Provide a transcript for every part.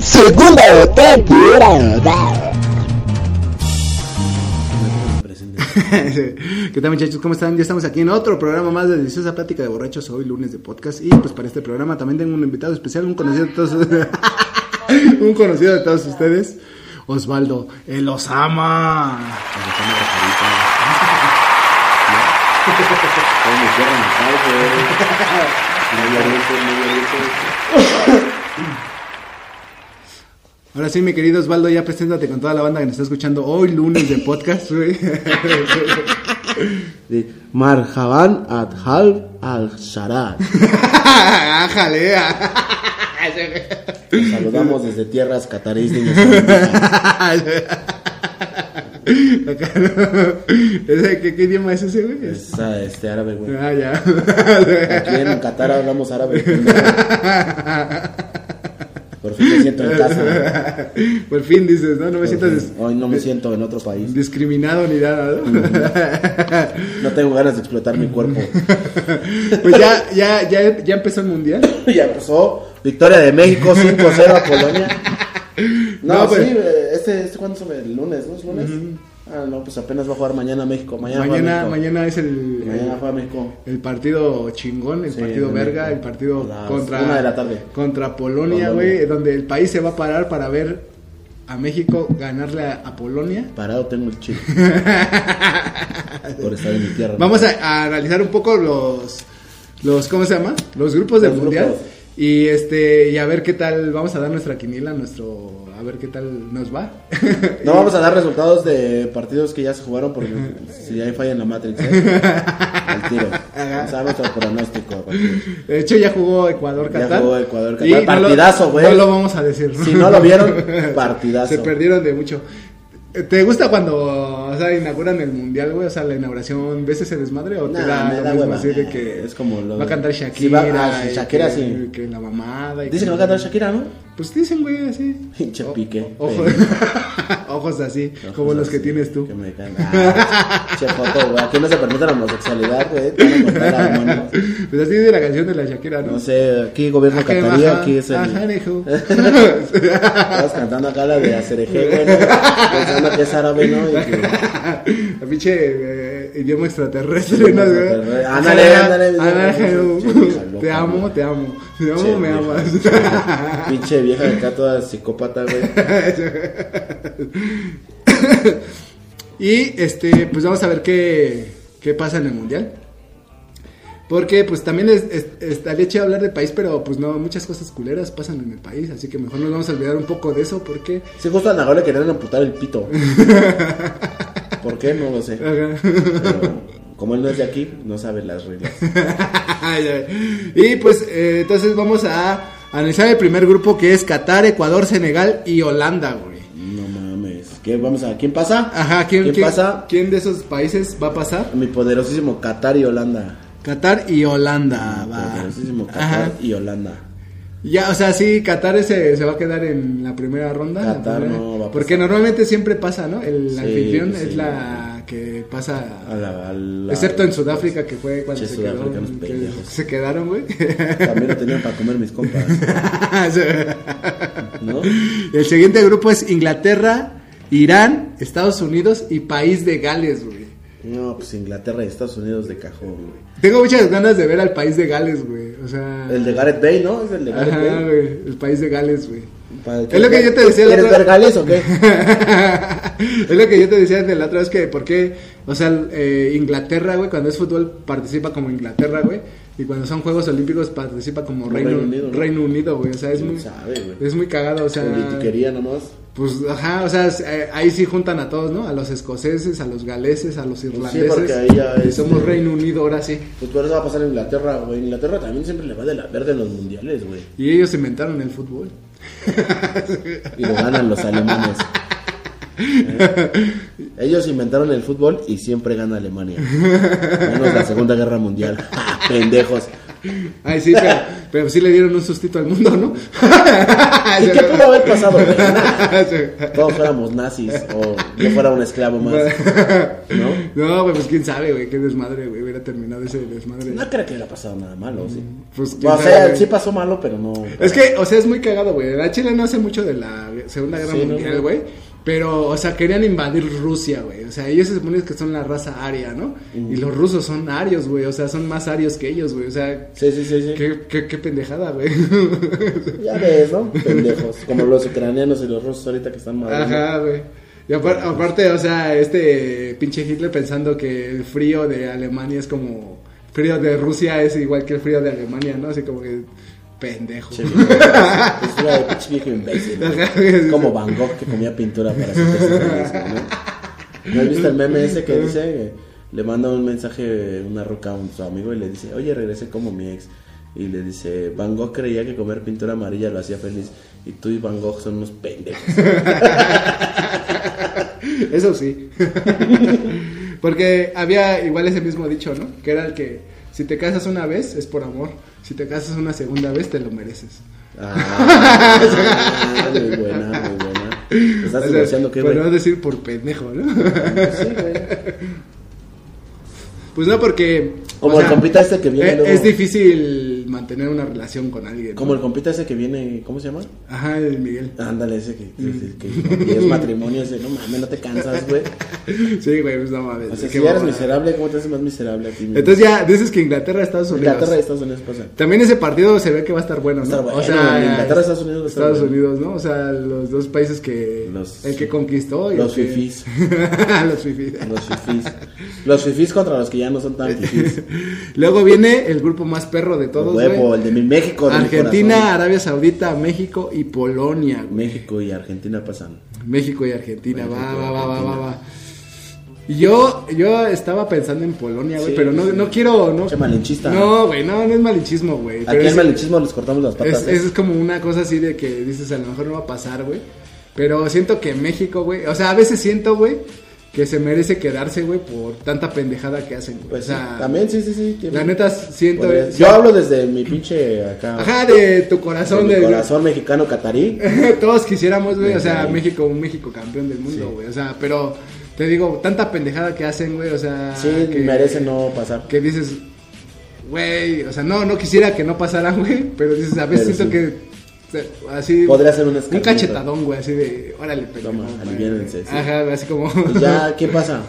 Segunda temporada. ¿Qué tal muchachos? ¿Cómo están? Ya estamos aquí en otro programa más de Deliciosa Plática de Borrachos, hoy lunes de podcast. Y pues para este programa también tengo un invitado especial, un conocido de todos, un conocido de todos ustedes, Osvaldo, el Osama. Ahora sí, mi querido Osvaldo, ya preséntate con toda la banda que nos está escuchando hoy lunes de podcast, güey. De Marhaban at Halb al Sharat. Ah, jalea. Los Saludamos desde tierras catarís de nuestra- ¿Ese- ¿Qué, ¿Qué idioma es ese, güey? es, ah, este árabe, güey. Ah, ya. Aquí en Qatar hablamos árabe. Por fin me siento en casa. güey. Por fin dices, ¿no? No me sientas Por dis- fin. Hoy no me siento en otro país. discriminado ni nada, ¿no? No tengo ganas de explotar mi cuerpo. Pues ya, ya, ya, ya empezó el mundial. Ya empezó. Victoria de México 5-0 a Polonia. No, No, pero- sí, eh, este, este cuándo se ve? el lunes, ¿no es lunes? Ah, no, pues apenas va a jugar mañana México. Mañana, juega Mañana, México. mañana es el, Mañana juega México. el, el partido chingón, el Sí, partido el verga, el domingo. partido Las contra, una de la tarde. contra Polonia, Polonia. güey, donde el país se va a parar para ver a México ganarle a, a Polonia. Parado tengo el chile. Por estar en mi tierra. Vamos a, a analizar un poco los, los, ¿cómo se llama? Los grupos del Los mundial. grupos. Y este, y a ver qué tal, vamos a dar nuestra quiniela, nuestro, a ver qué tal nos va. No vamos a dar resultados de partidos que ya se jugaron porque si hay falla en la Matrix. ¿eh? Al tiro. Sabes el pronóstico. partido. De hecho, ya jugó Ecuador Ya Qatar. jugó Ecuador, Qatar. Y no lo- Partidazo, güey. No lo vamos a decir. Si no lo vieron, partidazo. Se perdieron de mucho. ¿Te gusta cuando o sea, inauguran el mundial, güey? O sea, la inauguración, ¿ves ese desmadre? ¿O te Nah, da me lo da mismo hueva. así de que Es como lo va a de- cantar Sí, Shakira? va- ah, y Shakira, que- sí. Que la mamada. y Dicen que va a ganar Shakira, ¿no? Pues dicen, güey, así. Pinche O- pique. Ojos, ojos así, como los que tienes tú. Que me caen. Ah, che foto, güey. Aquí no se permite la homosexualidad, güey. Te van a cortar a mano. Pues así de la canción de la Shakira, ¿no? No sé, aquí gobierno Ajá, catarí, ajá, aquí es el. ajá, dijo. Estabas cantando acá la de Acereje, güey. ¿no? Pensando que es árabe, ¿no? Y que- La pinche eh, idioma extraterrestre, ¿no? Extraterrestre. Ándale, ándale, Ándale, pinche loca, Te amo, güey. te amo. Te amo, Che, me vieja. amas. Pinche vieja de acá toda psicópata, güey. Y este, pues vamos a ver qué, qué pasa en el mundial. Porque pues también es, es- estaría chido hablar del país, pero pues no, muchas cosas culeras pasan en el país, así que mejor nos vamos a olvidar un poco de eso porque... Si justo a Nagao le querían amputar el pito. ¿Por qué? No lo sé. Pero como él no es de aquí, no sabe las reglas. y pues eh, entonces vamos a analizar el primer grupo que es Qatar, Ecuador, Senegal y Holanda, güey. No mames. ¿Qué? Vamos a ¿Quién pasa? Ajá, ¿quién, quién- pasa? ¿Quién de esos países va a pasar? Mi poderosísimo Qatar y Holanda. Qatar y Holanda, Mi Ah, va. poderosísimo Qatar Ajá. y Holanda. Ya, o sea, sí, Qatar se, se va a quedar en la primera ronda. la Qatar primera- no va a Porque pasar. normalmente siempre pasa, ¿no? El Sí, anfitrión sí. es la que pasa. A la- a la- Excepto en Sudáfrica, que fue cuando Che, se quedaron, sudafricanos que pendejos. se quedaron, güey. También lo tenían para comer mis compas, ¿no? El siguiente grupo es Inglaterra, Irán, Estados Unidos y País de Gales, güey. No, pues Inglaterra y Estados Unidos de cajón, güey. Tengo muchas ganas de ver al País de Gales, güey. O sea, El de Gareth Bale, ¿no? Es el de Gareth ajá, Bale. güey, el País de Gales, güey. Para- Es lo que yo te decía la ¿Quieres otra- ver Gales o qué? es lo que yo te decía de la otra vez que por qué, o sea, eh, Inglaterra, güey, cuando es fútbol participa como Inglaterra, güey, y cuando son Juegos Olímpicos participa como Como Reino, Reino Reino Unido, Unido, ¿no? güey, o sea, es ¿Quién muy, sabe, güey? es muy cagado, o sea, Politiquería nomás. pues, ajá, o sea, es- eh, ahí sí juntan a todos, ¿no? A los escoceses, a los galeses, a los irlandeses, Pues porque ahí ya y es, somos eh, Reino Unido ahora sí, Pues por eso va a pasar en Inglaterra, güey. Inglaterra también siempre le va de la verde en los mundiales, güey. y ellos inventaron el fútbol. Y lo ganan los alemanes. Eh, Ellos inventaron el fútbol y siempre gana Alemania. Menos la Segunda Guerra Mundial. Pendejos. Ay, sí, pero, pero sí le dieron un sustito al mundo, ¿no? ¿Y qué pudo haber pasado? Todos fuéramos nazis o yo fuera un esclavo más. ¿No? No, güey, pues quién sabe, güey, qué desmadre, güey, hubiera terminado ese desmadre. No creo que hubiera pasado nada malo, sí. Pues, O quién sabe, sea, güey. sí pasó malo, pero no. Es que, o sea, es muy cagado, güey. La Chile no hace mucho de la Segunda Guerra Sí, no, Mundial, no. güey. Pero, o sea, querían invadir Rusia, güey. O sea, ellos se suponen que son la raza aria, ¿no? Y los rusos son arios, güey. O sea, son más arios que ellos, güey. O sea, Sí, sí, sí, sí. qué, qué, qué pendejada, güey. Ya ves, ¿no? Pendejos. Como los ucranianos y los rusos ahorita que están mal. Ajá, güey. Y apar- aparte, o sea, este pinche Hitler pensando que el frío de Alemania es como. Frío de Rusia es igual que el frío de Alemania, ¿no? Así como que. Pendejo. Pinche viejo. Es una de pinche viejo imbécil. güey. Ajá, güey. Es como Van Gogh que comía pintura para hacerse feliz, ¿no? ¿No has visto el meme ese que dice? eh, Le manda un mensaje, una roca a un- su amigo y le dice, oye, regresé como mi ex. Y le dice, Van Gogh creía que comer pintura amarilla lo hacía feliz. Y tú y Van Gogh son unos pendejos. Eso sí. Porque había igual ese mismo dicho, ¿no? Que era el que si te casas una vez es por amor, si te casas una segunda vez te lo mereces. Ah, muy buena, muy buena. Te O Estás sea, negociando que, por güey. no decir por pendejo, ¿no? Sí, güey. Pues no, porque. Como el compita este que viene eh, luego. Es, difícil mantener una relación con alguien. ¿no? Como el compita ese que viene, ¿cómo se llama? Ajá, el Miguel. Ándale, ese que, que, Mm. que- que es matrimonio, ese, no mames, no te cansas, güey. Sí, güey, pues no mames. O sea, qué si ya eres mamada. miserable, ¿cómo te haces más miserable aquí? mismo? Entonces ya dices que Inglaterra, Estados Unidos. Inglaterra y Estados Unidos pasa. También ese partido se ve que va a estar bueno, ¿no? Está bueno, o sea, Inglaterra, Estados Unidos va a estar Estados bueno. Unidos, ¿no? O sea, los dos países que Los- el que conquistó y los el que- fifís. los fifís. Los fifís. Los fifís contra los que ya no son tan fifís. Luego viene el grupo más perro de todos, Huevo, güey. el de mi México. de mi Argentina, corazón. Arabia Saudita, México y Polonia, güey. México y Argentina pasan. México y Argentina, México va, y va, va, va, va, Argentina. va. Y Yo, yo estaba pensando en Polonia, güey, Sí, pero no, sí. no quiero, no. Che malinchista. No, güey, no, no es malinchismo, güey. pero Aquí es- al malinchismo les cortamos las patas. Es, ¿eh? es como una cosa así de que dices, a lo mejor no va a pasar, güey. Pero siento que México, güey. O sea, a veces siento, güey, que se merece quedarse, güey, por tanta pendejada que hacen, güey. Pues o sea, sí, también, sí, sí, sí. tiene- La neta, siento. podría- güey, Yo hablo desde mi pinche acá. Ajá, de tu de corazón, mi de. Ah, corazón mexicano catarí. Todos quisiéramos, güey. O sea, Ajá. México, un México campeón del mundo, Sí. güey. O sea, pero te digo, tanta pendejada que hacen, güey. O sea, Sí, que, merece no pasar. que dices, güey, o sea, no, no quisiera que no pasaran, güey, pero dices, a veces Pero siento sí. que eh, así... Podría ser un Un escarmiento. cachetadón, güey, así de, órale, pendejo. Toma, güey. aliviénense, sí. Ajá, güey, así como... Y ya, ¿qué pasa?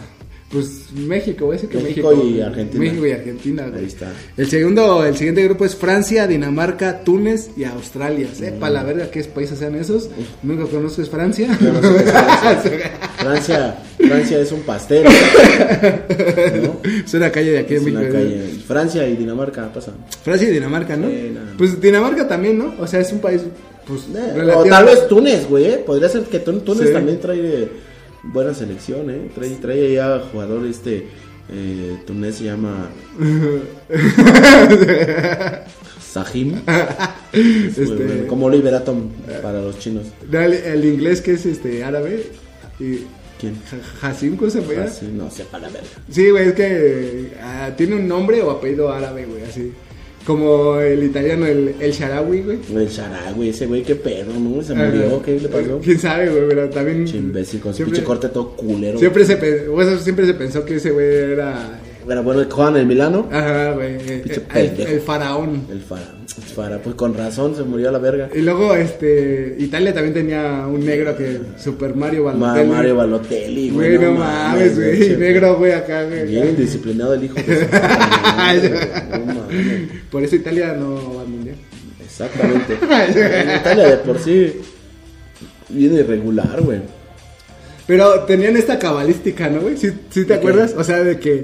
Pues México, güey, sí que México. México y Argentina. México y Argentina, güey. Ahí está. El segundo, el siguiente grupo es Francia, Dinamarca, Túnez y Australia. Sepa la verga qué países sean esos. Nunca conozco es Francia. Yo no sé qué Mm. es Francia. Francia, Francia es un pastel. ¿no? es una calle de aquí Es en una México. calle. Francia y Dinamarca Eh, pasan. Francia y Dinamarca, ¿no? Sí, nada más. Pues Dinamarca también, ¿no? O sea, es un país, pues, Eh, O relativamente- tal vez Túnez, güey. eh. Podría ser que Tún- Túnez Sí. también trae eh, buena selección, ¿eh? Trae, trae ya jugador este. Eh, Túnez se llama. Sahim. Es muy Este- bueno, Como Liberatom para los chinos. El, el inglés que es este árabe y ¿Quién? Ja- Hasim, ¿cómo se llama? Así, no sé, para la verga. Sí, güey, es que ah, tiene un nombre o apellido árabe, güey, así. Como el italiano, el, el Sharawi, güey. El Shará, güey, ese güey, qué pedo, ¿no? Se murió, ¿qué le pasó? ¿Quién sabe, güey? Pero también... Pinche imbécil, con su siempre- pinche corte todo culero. Siempre se, pe- o sea, siempre se pensó que ese güey era... Pero bueno, Juan, el Milano, Ajá, güey. eh, Pinche El, pendejo. el faraón. el Fara. El Fara, pues con razón se murió a la verga. Y luego, este, Italia también tenía un negro que Super Mario Ma- Balotelli. Mario Balotelli, güey. Güey, no mames, güey. pinche- Negro, güey, acá, güey. Bien indisciplinado el hijo de su madre, güey, No mames. Por eso Italia no va al mundial. Exactamente. En Italia de por sí viene irregular, güey. Pero tenían esta cabalística, ¿no, güey? ¿Sí, sí te ¿De qué? acuerdas? O sea, de que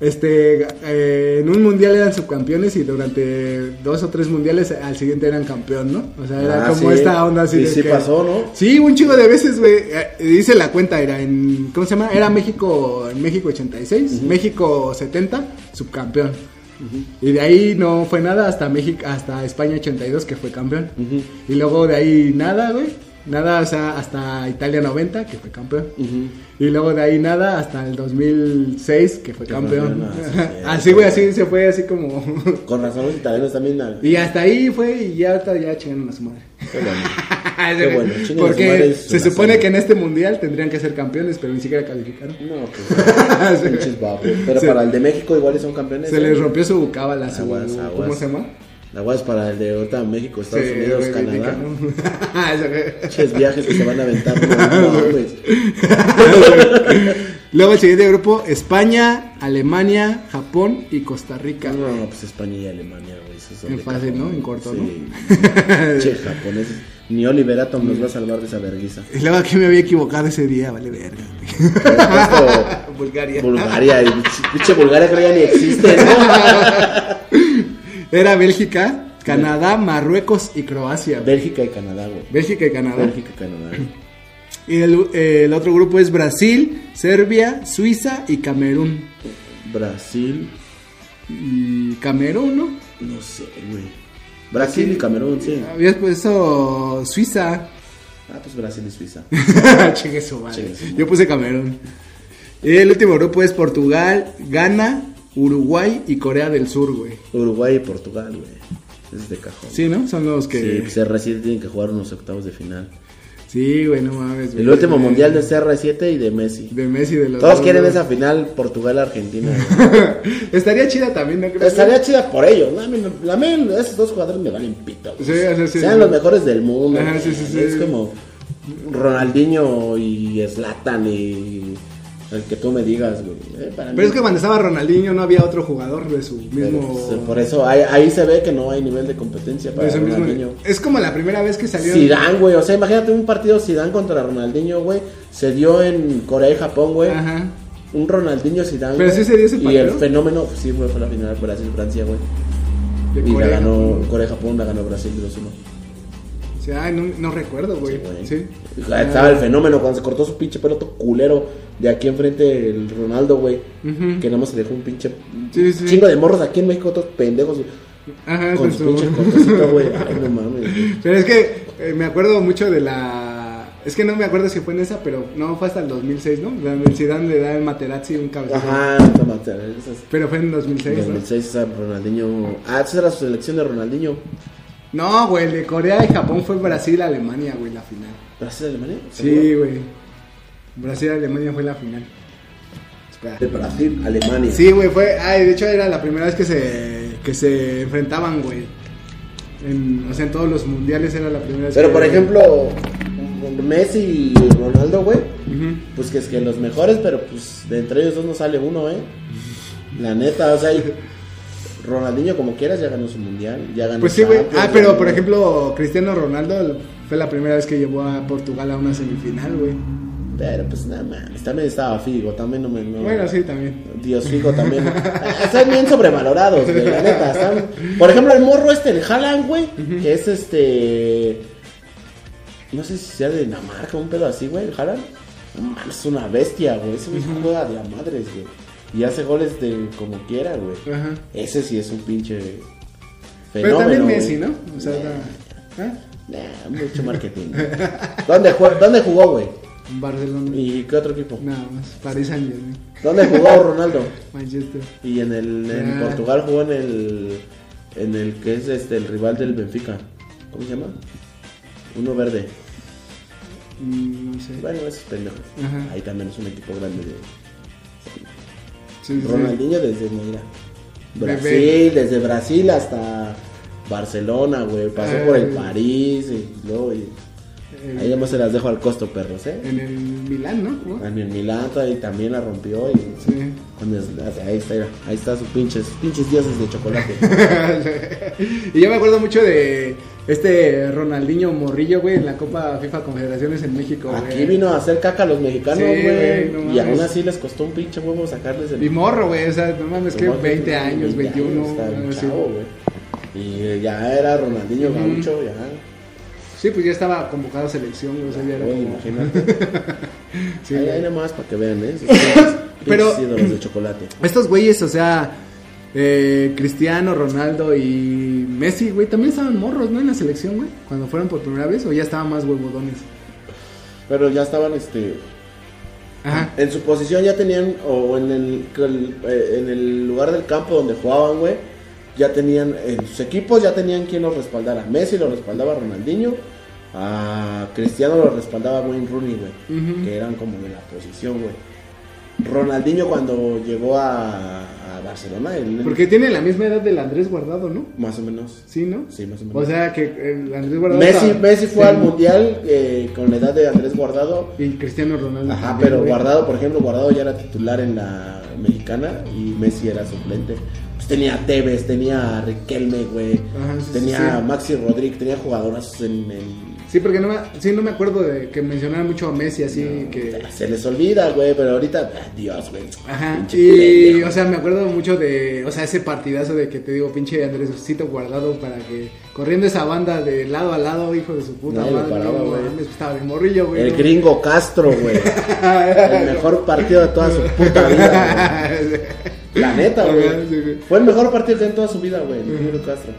este eh, en un mundial eran subcampeones y durante dos o tres mundiales al siguiente eran campeón, ¿no? O sea, era Ah, como sí. esta onda así Y de sí que- pasó, ¿no? Sí, un chingo de veces, güey. Eh, Hice la cuenta, era en... ¿Cómo se llama? Era México, en México 86, México 70, subcampeón. Y de ahí no fue nada hasta México, hasta España 82 que fue campeón. Ujú. Y luego de ahí nada, güey. Nada, o sea, hasta Italia 90 que fue campeón. Ujú. Y luego de ahí nada hasta el 2006 que fue Que campeón. fue campeón, ah, así así, es. güey, así se fue, así como... Con razón los italianos también. ah, y hasta ahí fue y ya, ahorita ya chingaron a su madre. qué bueno. Qué bueno, chinguen a su madre, Porque es se una supone serie. que en este mundial tendrían que ser campeones, pero ni siquiera calificaron. No, pues, pinches babos. Pero Se- para el de México igual son campeones. Se ¿eh? les rompió su cábala, su... Aguas, ¿Cómo aguas. se llama? La guay es para el de ahorita México, Estados Sí, Unidos, güey, Canadá. mexicano. Ese güey. Pinches viajes que se van a aventar. No, no, pues. Luego el siguiente grupo, España, Alemania, Japón y Costa Rica. No, pues España y Alemania, güey. esos son En de fácil, cajón. ¿no? En corto, sí. Che, japoneses. Ni Oliver Atom nos va a salvar de esa vergüenza. Y luego que me había equivocado ese día, vale verga. Bulgaria. Bulgaria, y pinche Bulgaria creo ya ni existe, ¿no? Era Bélgica, Canadá, Marruecos y Croacia. Bélgica y Canadá, güey. Bélgica y Canadá. Bélgica y Canadá. Y el, eh, el otro grupo es Brasil, Serbia, Suiza y Camerún. Brasil, Y Camerún, ¿no? no sé, güey. Brasil y Camerún, sí. Habías puesto Suiza. Ah, pues Brasil y Suiza. Chingue su madre. Chingue su madre. Yo puse Camerún. Y el último grupo es Portugal, Ghana, Uruguay y Corea del Sur, güey. Uruguay y Portugal, güey. Es de cajón. Sí, ¿no? Son los Sí, que. pues CR7 tienen que jugar unos octavos de final. Sí, güey, no mames. güey. El último mundial de CR7 y de Messi. De Messi, de los. Todos dos, quieren güey. esa final Portugal-Argentina. güey. Estaría chida también, ¿no crees? Estaría chida por ellos. ¿no? A mí me- a mí esos dos jugadores me valen pito. güey. Sí, sí, sí, Sean sí. los mejores del mundo. Ajá, sí, güey. sí, sí. Es como Ronaldinho y Zlatan y el que tú me digas, güey. Eh, para Pero es mí- que cuando estaba Ronaldinho no había otro jugador de su pero, mismo. pues, por eso ahí, ahí se ve que no hay nivel de competencia para de su mismo- Ronaldinho. Es como la primera vez que salió. Zidane, güey, o sea, imagínate un partido Zidane contra Ronaldinho, güey, se dio en Corea y Japón, güey. Ajá. Un Ronaldinho Zidane. Pero güey, sí se dio ese Y partido. el fenómeno, pues, sí, güey, fue la final Brasil Francia, güey. De Y Corea. la ganó Corea y Japón, la ganó Brasil 2-1. Sí, ay, no, no recuerdo, güey. güey. Sí. Ah. Estaba el fenómeno cuando se cortó su pinche pelo todo culero de aquí enfrente el Ronaldo, güey. Ujú. Que nada más se dejó un pinche Sí, sí. chingo de morros aquí en México, todos pendejos Ajá, con con su su- pinche cortocito, güey. Ay, no mames. güey. Pero es que eh, me acuerdo mucho de la. Es que no me acuerdo si fue en esa, pero no, fue hasta el 2006, ¿no? La universidad le da el Materazzi un cabezazo. Ajá, no mames. esas- Pero fue en 2006, 2006 esa Ronaldinho. Ah, esa era su selección de Ronaldinho. ¿no? No, güey, el de Corea y Japón fue Brasil-Alemania, güey, la final. Brasil Alemania. Sí, güey. Brasil-Alemania fue la final. Espera. De Brasil Alemania. Sí, güey, fue. Ay, de hecho era la primera vez que se, que se enfrentaban, güey. En- o sea, en todos los mundiales era la primera vez. Pero que- por ejemplo, Messi y Ronaldo, güey. Ujú. Pues que es que los mejores, pero pues de entre ellos dos no sale uno, ¿eh? La neta, o sea, y Ronaldinho como quieras ya ganó su mundial, ya ganó Pues sí, güey. Champions, Ah, pero güey. por ejemplo, Cristiano Ronaldo fue la primera vez que llevó a Portugal a una semifinal, güey. Pero pues nada más, también estaba Figo, también no me... no- Bueno, sí, también. Dios Figo también. Ah, Están bien sobrevalorados, güey, la neta. están- Por ejemplo, el morro este, el Haaland, güey, que es este. No sé si sea de Dinamarca, un pedo así, güey, el Haaland. No mames, Es una bestia, güey. Ese güey juega de a madres, güey. Y hace goles de como quiera, güey. Ajá. Ese sí es un pinche. Pero Fenómeno, también güey. Messi, ¿no? O sea, Nah, ¿ah? nah, mucho marketing. güey. ¿Dónde, jue- ¿Dónde jugó, güey? Barcelona. ¿Y qué otro equipo? Nada más. París Saint Germain. ¿Dónde jugó Ronaldo? Manchester. Y en el en Ah. Portugal jugó en el en el que es este el rival del Benfica. ¿Cómo se llama? Uno verde. Mm, No sé. Bueno, esos pendejos. Ajá. Ahí también es un equipo grande de Sí, sí. Ronaldinho desde mira, Bebé. Brasil, desde Brasil hasta Barcelona, güey, pasó Ah. por el París y luego y- El- ahí ya se las dejo al costo, perros, ¿eh? Eh, En el Milán, ¿no? ¿Jugó? En el Milán y también la rompió y Sí. con el- ahí está, mira, ahí está sus pinches pinches dioses de chocolate. y yo me acuerdo mucho de este Ronaldinho Morrillo, güey, en la Copa FIFA Confederaciones en México, güey. Aquí vino a hacer caca a los mexicanos, Sí, güey. güey, no y mames. aún así les costó un pinche huevo sacarles el. Y morro, güey, o sea, no mames, que No, 20 años, 21, años, está bien algo así. chavo, güey. Y eh, ya era Ronaldinho Gaucho, ya. Sí, pues ya estaba convocado a selección, güey, o sea, ya era Güey, como- imagínate. Sí, Oh, ahí, güey. ahí nomás para que vean, ¿eh? Esos pinches Pero- ídolos de chocolate. Estos güeyes, o sea, eh, Cristiano, Ronaldo y Messi, güey, también estaban morros, ¿no? En la selección, güey, cuando fueron por primera vez, o ya estaban más huevodones. Pero ya estaban, este, Ajá. en su posición ya tenían, o en el, el- eh, en el lugar del campo donde jugaban, güey, ya tenían, en sus equipos ya tenían quien los respaldara. Messi lo respaldaba Ronaldinho, a Cristiano lo respaldaba Wayne Rooney, güey, Ujú. que eran como de la posición, güey. Ronaldinho cuando llegó a, a Barcelona, él- Porque tiene la misma edad del Andrés Guardado, ¿no? más o menos, Sí, ¿no? sí, más o menos. O sea, que el Andrés Guardado. Messi, estaba- Messi fue Sí. al mundial eh, con la edad de Andrés Guardado. Y Cristiano Ronaldo. Ajá, también, pero güey. Guardado, por ejemplo, Guardado ya era titular en la mexicana y Messi era suplente. Pues tenía a Tevez, tenía a Riquelme, güey. Ajá, sí, sí, tenía a sí. Maxi Rodríguez, tenía jugadoras en el. Sí, porque no me, sí, no me acuerdo de que mencionaran mucho a Messi así que. Se les olvida, güey, pero ahorita, ah, Dios, güey. Ajá. Pinche Y, pendejo. o sea, me acuerdo mucho de, o sea, ese partidazo de que te digo, pinche Andrescito guardado para que corriendo esa banda de lado a lado, hijo de su puta Nadie lo madre. paraba, no, güey. mames, estaba de morrillo, güey. El no. gringo Castro, güey. el mejor partido de toda su puta vida, güey. La neta, Ajá, sí, güey. güey. Fue el mejor partido que en toda su vida, güey. El gringo Castro.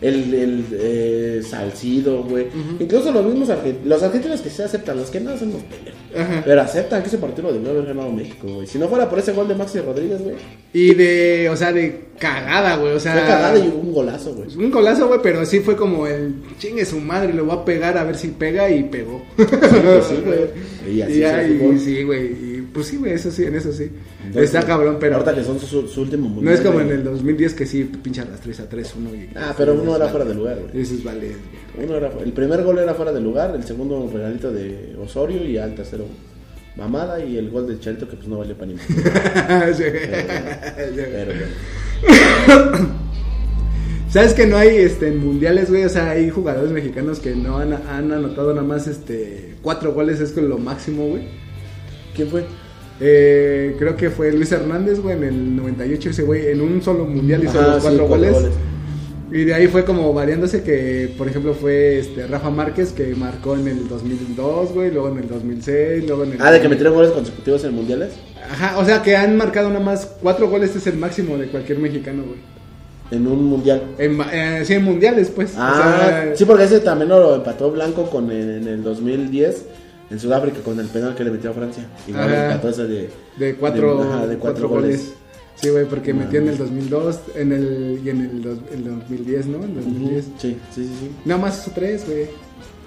El, el eh, Salcido, güey. Incluso los mismos argentinos. Los argentinos que se aceptan, los que no son los pendejos. Ajá. Pero aceptan que ese partido lo debió haber ganado México, güey. Si no fuera por ese gol de Maxi Rodríguez, güey. Y de, o sea, de cagada, güey, o sea. pues, Fue cagada y un golazo, güey. Un golazo, güey, pero sí fue como el chingue su madre, le voy a pegar a ver si pega y pegó. pues sí, güey. Y así Y es el ahí, fútbol. sí, güey. y Pues sí, güey, eso sí, en eso sí. Entonces, Está cabrón, pero. Ahorita que son su, su último No mundial, es como güey. en el 2010 que sí pinchas las 3 a 3, 1 y. Ah, pero uno era fuera de lugar, güey. Y dices, vale. güey. Uno era- el primer gol era fuera de lugar, el segundo un regalito de Osorio y al tercero mamada y el gol de Chelito que pues no valió para ni madre. Sí. Pero bueno. ¿Sabes que no hay este, en mundiales, güey? O sea, hay jugadores mexicanos que no han, han anotado nada más este, cuatro goles, es con lo máximo, güey. ¿Quién fue? Eh, creo que fue Luis Hernández, güey, en el 98, ese güey, en un solo mundial hizo Ajá, los sí, cuatro cuatro goles. goles. Y de ahí fue como variándose que, por ejemplo, fue este Rafa Márquez que marcó en el 2002, güey, luego en el 2006, luego en el... Ah, de que metieron goles consecutivos en mundiales. Ajá, o sea que han marcado nada más cuatro goles, es el máximo de cualquier mexicano, güey. En un mundial. En, ma- eh, sí, en mundiales, pues. O Ah, sea, sí, porque ese también lo empató Blanco con el- en el 2010 en Sudáfrica con el penal que le metió a Francia. Y no Ajá. le empató ese de, De cuatro, de- ajá, de cuatro, cuatro goles. goles. Ah. Sí, güey, porque Mames. metió en el 2002 en el, y en el, dos- el 2010, ¿no? En el 2010. Ujú, Sí, sí, sí, sí. Nada más esos tres, güey.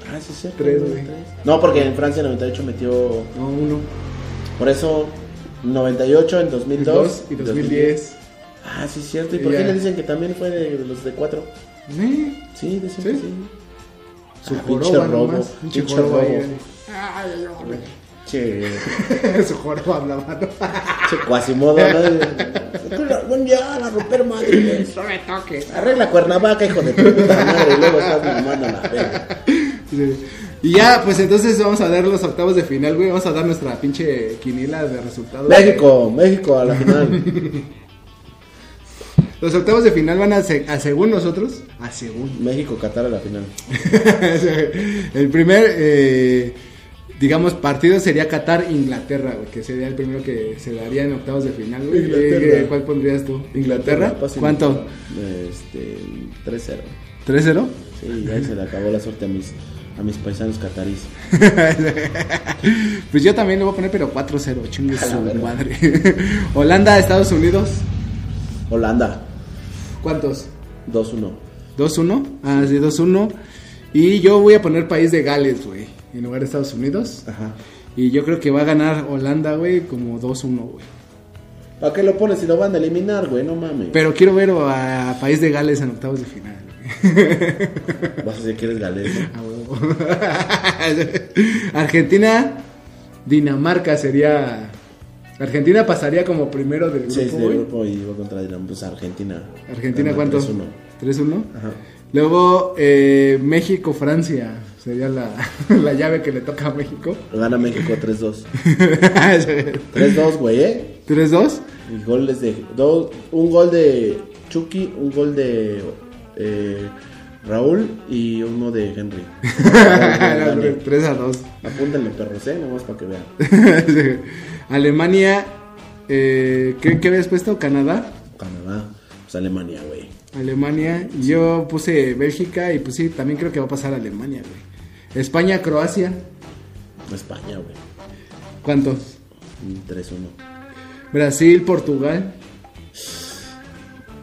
Ah, sí, sí. Tres, güey. No, porque en Francia en 98 metió No, uno. Por eso, 98 en 2002 Dos y 2010. Ah, sí, es cierto. ¿Y por Ya. qué le dicen que también fue de, de los de 4? Sí. Sí, de ¿Sí? ¿Sí? sí. Su Ah, pinche joroba robo. nomás, pinche Pinche, joroba ahí, eh. robo. Che, güey. Su joroba hablaba. ¿no? che, cuasimodo, ¿no? Buen día, la romper madre. No me toques. Arregla Cuernavaca, hijo de tu puta madre. Y luego estás mamando la verga. Sí. Y ya, pues entonces vamos a dar los octavos de final, güey. Vamos a dar nuestra pinche quinila de resultados. México, México a la final. Los octavos de final van a, se- a según nosotros, a según. México, Qatar a la final. el primer, eh, digamos, partido sería Qatar-Inglaterra, güey, que sería el primero que se daría en octavos de final, güey. Inglaterra. Eh, ¿Cuál pondrías tú? ¿Inglaterra? Pasa ¿Cuánto? Inglaterra. Este, 3-0. ¿3-0? Sí, ya se le acabó la suerte a mis, a mis paisanos catarís. pues yo también le voy a poner, pero 4-0, chingue A la su verga. madre. Holanda, Estados Unidos, Holanda, ¿cuántos? 2-1. 2-1, ah, sí, 2-1. Y yo voy a poner país de Gales, güey, en lugar de Estados Unidos. Ajá. Y yo creo que va a ganar Holanda, güey, como 2-1, güey. ¿Para qué lo pones si lo van a eliminar, güey? No mames. Pero quiero ver a País de Gales en octavos de final. Vas a decir que eres galés. ¿no? A huevo. Argentina, Dinamarca sería. Argentina pasaría como primero del Sí, grupo, sí, el güey. grupo Ah, y va contra Dinamo, pues Argentina. Argentina, Gana ¿cuánto? 3-1. 3-1. Ajá. Luego, eh, México, Francia. Sería la, la llave que le toca a México. Gana México 3-2. 3-2, güey, ¿eh? 3-2. Y goles de. Dos, un gol de Chucky, un gol de. eh, Raúl y uno de Henry. Gana. 3 a 2. Apúntenle, perros, ¿eh? Nomás para que vean. Alemania, eh, ¿qué, ¿qué habías puesto? Canadá. Canadá. Pues pues Alemania, güey. Alemania. Y yo puse Bélgica y pues sí, también creo que va a pasar Alemania, güey. España, Croacia. España, güey. ¿Cuántos? Un 3-1. Brasil, Portugal.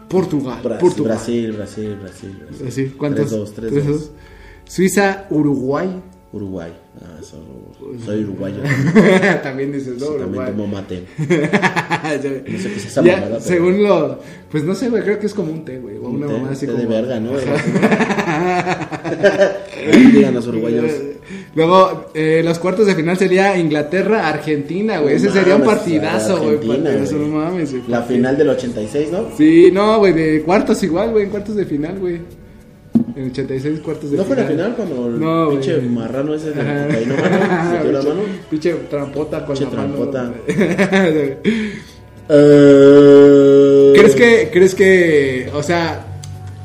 Portugal. Bra- Portugal. Brasil, Brasil, Brasil, Brasil. Así, ¿cuántos? 3-2, 3-2. 3-2. Suiza, Uruguay. Uruguay. Ah, soy, soy uruguayo. también dices, no, Sí, también Uruguay. tomo mate. Ya- sé qué es esa ya, mamada, pero- según lo. Pues no sé, güey, creo que es como un té, güey. O una Té- mamada así té como. de verga, ¿no? Digan los uruguayos. Eh, Luego, eh, los cuartos de final sería Inglaterra, Argentina, güey. Ese No sería un mames, partidazo, güey. Argentina, Partidazo, no güey. mames, güey. La final del 86, ¿no? Sí, no, güey, de cuartos igual, güey, en cuartos de final, güey. En 86 cuartos de ¿No fue final. la final cuando el No, güey. pinche marrano ese de Ajá. cocaína mano se metió la mano? Pinche trampota con Pinche la mano, trampota. güey. Eh, ¿Crees que, crees que, o sea,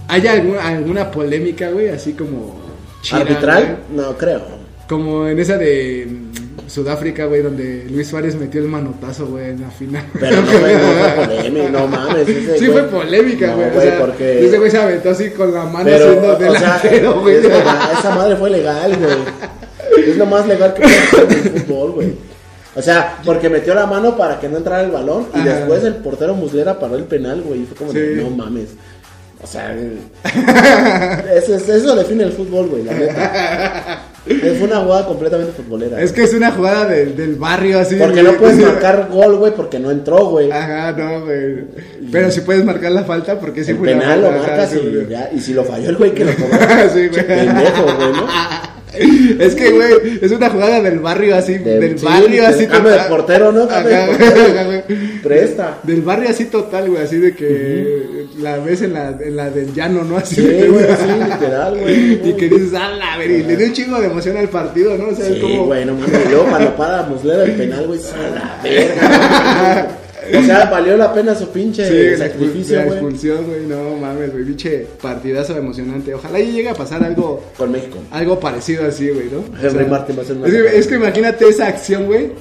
haya alguna, alguna polémica, güey, así como... chida, ¿Arbitral? güey? No, creo. Como en esa de mm, Sudáfrica, güey, donde Luis Suárez metió el manotazo, güey, en la final. Pero no fue, no fue polémica, no mames. ese Sí güey- fue polémica, No, güey. o güey, sea, porque... Ese güey se aventó así con la mano Pero, haciendo o sea, delantero, güey. es legal, esa madre fue legal, güey. Es lo más legal que puede hacer en el fútbol, güey. O sea, porque metió la mano para que no entrara el balón y Ajá. después el portero Muslera paró el penal, güey. Y fue como, de, Sí. no mames. O sea, el- eso, es- eso define el fútbol, güey, la neta. Fue una jugada completamente futbolera. Es que es una jugada de- del barrio así. Porque güey. Ah, no puedes marcar gol, güey, porque no entró, güey. Ajá, no, güey. Pero si puedes marcar la falta porque sí el fue una penal lo falta, ajá, marcas sí, y güey. ya. Y si lo falló el güey que lo cobró. Sí, güey. Pendejo, güey, ¿no? Es que, güey, es una jugada del barrio así, De- del sí, barrio del- así cambio de portero, ¿no? Ajá, Cambio de güey, portero. ajá, güey. Presta. Del barrio así total, güey, así de que la ves en la, en la del llano, ¿no? Así de Sí, que, güey, sí, literal, güey. Y que dices, a la ver, y le dio un chingo de emoción al partido, ¿no? O sea, es Sí, como. güey, no mames. Y luego cuando para Muslera el penal, güey, a la verga. güey. O sea, valió la pena su pinche Sí, la, sacrificio, expul- la güey. expulsión, güey, no mames, güey, pinche partidazo emocionante. Ojalá y llegue a pasar algo Con México. algo parecido así, güey, ¿no? Henry Martin va a ser más es, que, grande. es que imagínate esa acción, güey.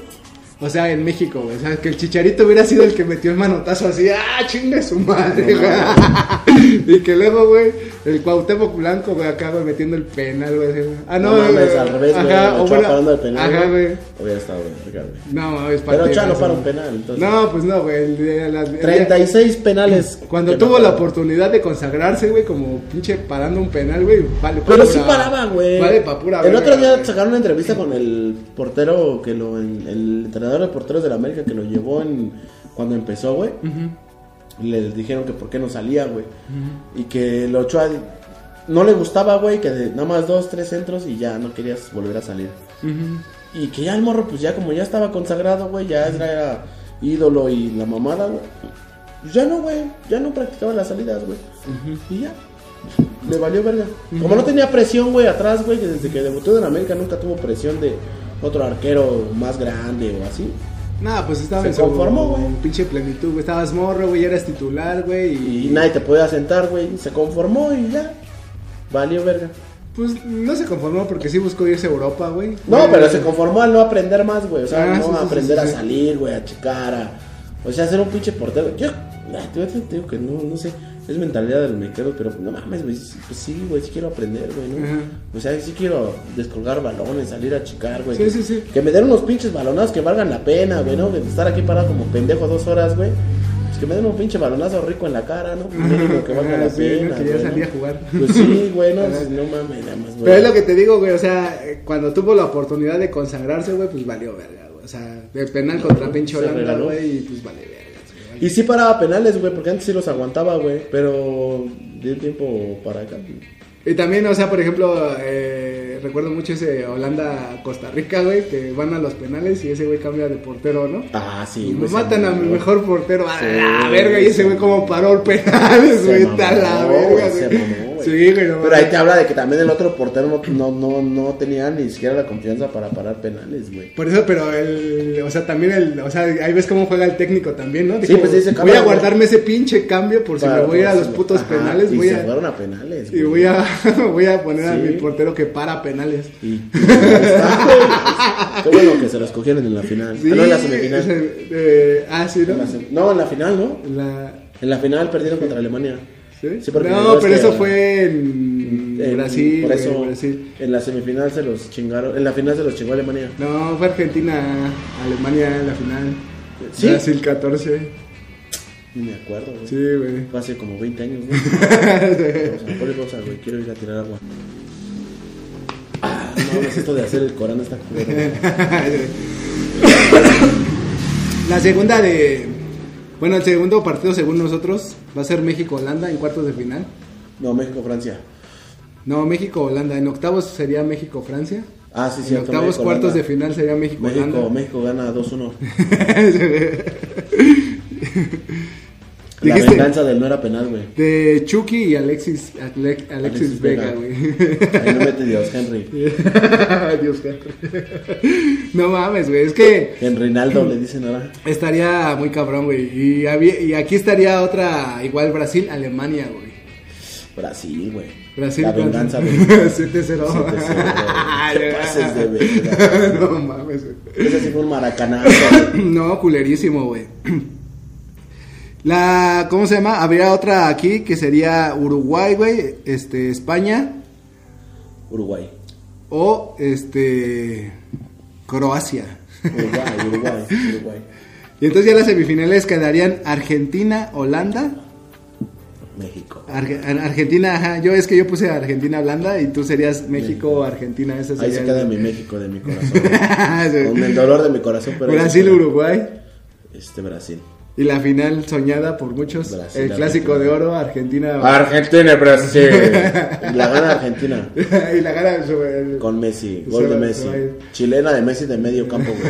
O sea, en México, güey. O sea, que el chicharito hubiera sido el que metió el manotazo así. ¡Ah, chingue su madre, güey! y que luego, güey, el Cuauhtémoc Blanco, güey, acá, güey, metiendo el penal, güey. así, güey. Ah, no, No mames, güey, al revés, güey. Ajá, o Ochoa bueno, parando el penal. Ajá, güey. Hubiera estado, güey, verga, güey. No, mames, Pero Ochoa no partidazo, para un güey. penal, entonces. No, pues no, güey. el de las- el día- 36 penales. Cuando que tuvo la mataron. oportunidad de consagrarse, güey, como pinche parando un penal, güey, vale pa' Pero pura- sí paraba, güey. Vale pa' pura El verga, otro día güey. sacaron una entrevista con el portero que lo en- el entrenador de porteros de la América que lo llevó en cuando empezó, güey. Y le dijeron que por qué no salía, güey. Y que el Ochoa no le gustaba, güey, que de- nada más dos, tres centros y ya no querías volver a salir. Ujú. Y que ya el morro, pues ya como ya estaba consagrado, güey, ya era, era ídolo y la mamada, güey. Pues ya no, güey, ya no practicaba las salidas, güey. Y ya, le valió verga. Como no tenía presión, güey, atrás, güey, que desde que debutó en América nunca tuvo presión de otro arquero más grande o así. Nah, pues estaba Se en su conformó, güey. pinche plenitud, güey. Estabas morro, güey, eras titular, güey. Y, Y nadie te podía sentar, güey, se conformó y ya, valió verga. pues no se conformó porque sí buscó irse a Europa, güey. No, Güey, pero se conformó al no aprender más, güey. O sea, Ah, no sí, sí, aprender sí, sí, a sí. salir, güey, a checar, a... O sea, ser un pinche portero. Yo, ah, te, te- te digo que no, no sé. Es mentalidad del mequero, pero no mames, güey. sí- Pues sí, güey, sí quiero aprender, güey, ¿no? Ajá. O sea, sí quiero descolgar balones, salir a checar, güey. Sí, que- sí, sí. Que me den unos pinches balonazos que valgan la pena, güey, ¿no? Que estar aquí parado como pendejo dos horas, güey. Pues que me den un pinche balonazo rico en la cara, ¿no? Mínimo que valga la Sí, pena. ¿no? Que ya güey, ¿no? salí a jugar. Pues sí, güey, no, pues, no mames, nada más, güey. Pero es lo que te digo, güey. O sea, eh, cuando tuvo la oportunidad de consagrarse, güey, pues valió verga, güey. O sea, de penal contra pinche Se Holanda, regaló. güey, y pues vale verga. güey. Y sí paraba penales, güey, porque antes sí los aguantaba, güey. Pero de un tiempo para acá. Y también, o sea, por ejemplo, eh, recuerdo mucho ese Holanda-Costa Rica, güey, que van a los penales y ese güey cambia de portero, ¿no? Ah, sí, Y güey. se matan a mamó. mi mejor portero a Sí, la verga y ese güey como paró el penal, Se güey, mamó, a la verga, güey, se güey. mamó, güey. Sí, güey, no Pero ahí mames. te habla de que también el otro portero no, no, no, no tenía ni siquiera la confianza para parar penales, güey. Por eso, pero el, o sea, también el, o sea, ahí ves cómo juega el técnico también, ¿no? Dijo, pues dice, voy cámara, a güey. guardarme ese pinche cambio por si Para- me voy a ir a sí, los güey. putos Ajá, penales, y voy se a, fueron a penales, y voy a, voy a poner a Sí. mi portero que para penales. Y ahí está, güey. Qué bueno que se los Ah, cogieron en la final. Ah, no, en la semifinal. ese, eh, ah, sí, ¿no? En la sem- No, en la final, ¿no? La, En la final perdieron contra Alemania. ¿Sí? Sí, porque no, es pero que- eso fue en, En- Brasil. Por güey, eso, Brasil. en la semifinal se los chingaron. En la final se los chingó Alemania. No, fue Argentina, Alemania en la final. ¿Sí? Brasil 14. Ni me acuerdo, güey. Sí, güey. Fue hace como 20 años, güey. Pausa, ponle pausa, güey. Quiero ir a tirar agua. Ah, no, es esto de hacer el Corán está culero. güey. La segunda de. Bueno, el segundo partido, según nosotros, va a ser México-Holanda en cuartos de final. No, México-Francia. No, México-Holanda. En octavos sería México-Francia. Ah, sí, en cierto. octavos, México, cuartos Holanda. de final sería México, México-Holanda. México gana 2-1. La Dijiste venganza del no era penal, güey. de Chucky y Alexis, Alec- Alexis, Alexis Vega, Vega. Ahí no mete Dios, Henry. güey. Dios, Henry. No mames, güey. Es que Henry Naldo le dicen ahora. estaría muy cabrón, güey. Y, había- y aquí estaría otra, igual Brasil-Alemania, güey. Brasil, güey. Brasil La venganza, güey. 7-0. 7-0, Ay, güey. Te pases de verga. güey. No mames, güey. Ese sí fue un maracanazo, güey. No, culerísimo, güey. La, ¿cómo se llama? Habría otra aquí que sería Uruguay, güey, este, España Uruguay. o este, Croacia. Uruguay, Uruguay, Uruguay. Y entonces ya las semifinales quedarían Argentina, Holanda. México. Arge- Ar- Argentina, ajá, yo es que yo puse Argentina, Holanda y tú serías México, Argentina, esa Ahí sería. se queda mi México de mi corazón. güey. Sí. Con el dolor de mi corazón, pero. Brasil, ese- Uruguay. Este Brasil. Y la final soñada por muchos, Brasil, el clásico Argentina. de oro, Argentina. Argentina, Brasil. La gana Argentina. y la gana sobre el- Con Messi, gol de Messi. Chilena de Messi de medio campo, güey.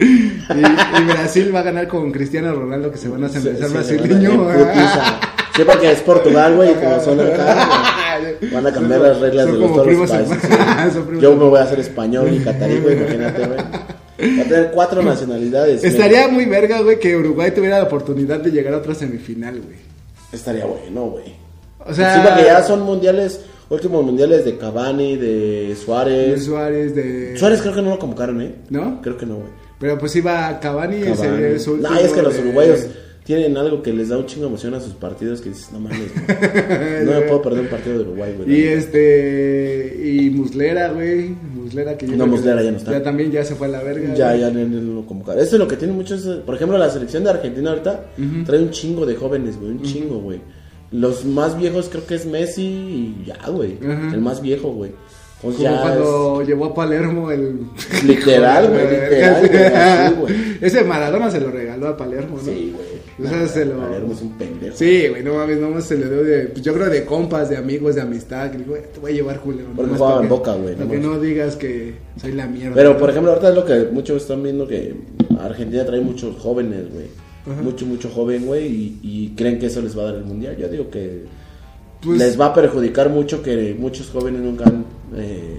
y, y Brasil va a ganar con Cristiano Ronaldo que se van a Se- sentenciar se brasileño. van a- en putiza. Sí, porque es Portugal, güey, y como son acá, güey, van a cambiar las reglas Son de los como todos los primos países. hermanos. güey. Son primos Yo me hermanos. voy a hacer español y catarí, güey, imagínate, güey. Va a tener cuatro nacionalidades. güey. Estaría muy verga, güey, que Uruguay tuviera la oportunidad de llegar a otra semifinal, güey. Estaría bueno, güey. O sea, Pues sí, porque ya son mundiales, últimos mundiales de Cavani, de de Suárez. Suárez, de... Suárez creo que no lo convocaron, ¿eh? ¿No? Creo que no, güey. Pero pues iba Cavani, y Cavani. sería su No, último es que los de- uruguayos tienen algo que les da un chingo de emoción a sus partidos que dices, no mames, güey, no me puedo perder un partido de Uruguay, güey. Y este. Y Muslera, güey. Muslera que yo No, creo que Muslera ya no está. Ya también ya se fue a la verga. Ya, güey. ya no- no lo convocaron. Eso es lo que tiene muchos. eh, Por ejemplo, la selección de Argentina ahorita trae un chingo de jóvenes, güey. Un chingo, güey. Los más viejos creo que es Messi y ya, güey. Ajá. El más viejo, güey. Entonces Como ya. cuando llevó a Palermo el. Literal, güey, literal, güey, así, güey. Ese Maradona se lo regaló a Palermo, ¿no? es- Sí, güey. O sea, se lo- Palermo es un pendejo. Sí, güey, no mames, no mames, se le dio de. pues, yo creo de compas, de amigos, de amistad. Que digo, "Eh, te voy a llevar Julio. Porque nomás jugaba pa' en que- Boca, güey, pa' no que mames. no digas que soy la mierda. Pero, por ejemplo, ahorita es lo que muchos están viendo que Argentina trae muchos jóvenes, güey. Mucho, mucho joven, güey. Y, y creen que eso les va a dar el mundial. Yo digo que Pues- les va a perjudicar mucho que muchos jóvenes nunca han eh,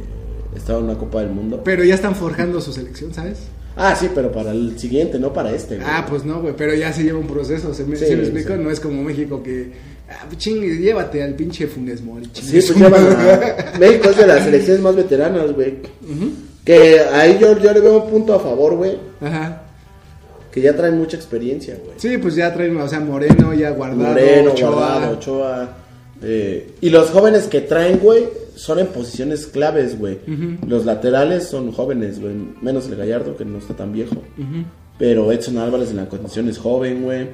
estado en una Copa del Mundo. Pero ya están forjando su selección, ¿sabes? Ah, sí, pero para el siguiente, no para este, güey. Ah, pues no, güey, pero ya se lleva un proceso, ¿se me, Sí, ¿sí me explico? sí. No es como México que, ah, chingue, llévate al pinche Funes Mori, Sí, chingue pues su llevan madre. a- México es de las selecciones más veteranas, güey. Que ahí yo, yo le veo un punto a favor, güey. Ajá. Que ya traen mucha experiencia, güey. Sí, pues ya traen, o sea, Moreno, ya Guardado, Moreno, Ochoa. Guardado, Ochoa. eh, y los jóvenes que traen, güey, son en posiciones claves, güey. Los laterales son jóvenes, güey. Menos el Gallardo, que no está tan viejo. Pero Edson Álvarez en la condición es joven, güey.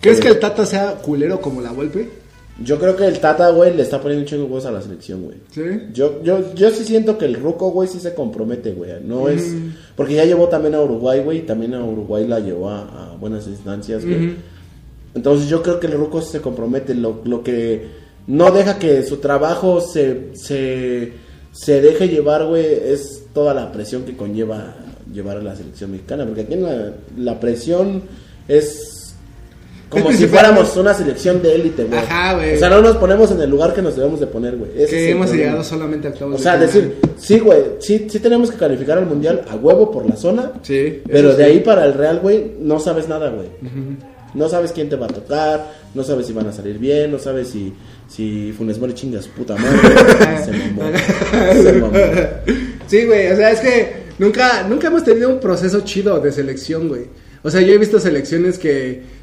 ¿Crees Eh, que el Tata sea culero como la Volpe? Yo creo que el Tata, güey, le está poniendo un chingo de huevos a la selección, güey. Sí. Yo, yo, yo sí siento que el Ruco, güey, sí se compromete, güey. No es. Porque ya llevó también a Uruguay, güey. y También a Uruguay la llevó a, a buenas instancias, güey. Entonces yo creo que el Ruco sí se compromete. Lo, lo que no deja que su trabajo se, se, se deje llevar, güey, es toda la presión que conlleva llevar a la selección mexicana. Porque aquí en la, la presión es. Como Es si principal- fuéramos una selección de élite, güey. Ajá, güey. O sea, no nos ponemos en el lugar que nos debemos de poner, güey. Ese es Que el hemos problema. llegado solamente al clavo O del sea, cañón. decir, sí, güey, sí, sí tenemos que calificar al mundial a huevo por la zona. Sí, Pero eso de sí. ahí para el Real, güey, no sabes nada, güey. No sabes quién te va a tocar, no sabes si van a salir bien, no sabes si, si Funes Mori chingas puta madre. se mamó. Se mamó. Sí, güey, o sea, es que nunca, nunca hemos tenido un proceso chido de selección, güey. O sea, yo he visto selecciones que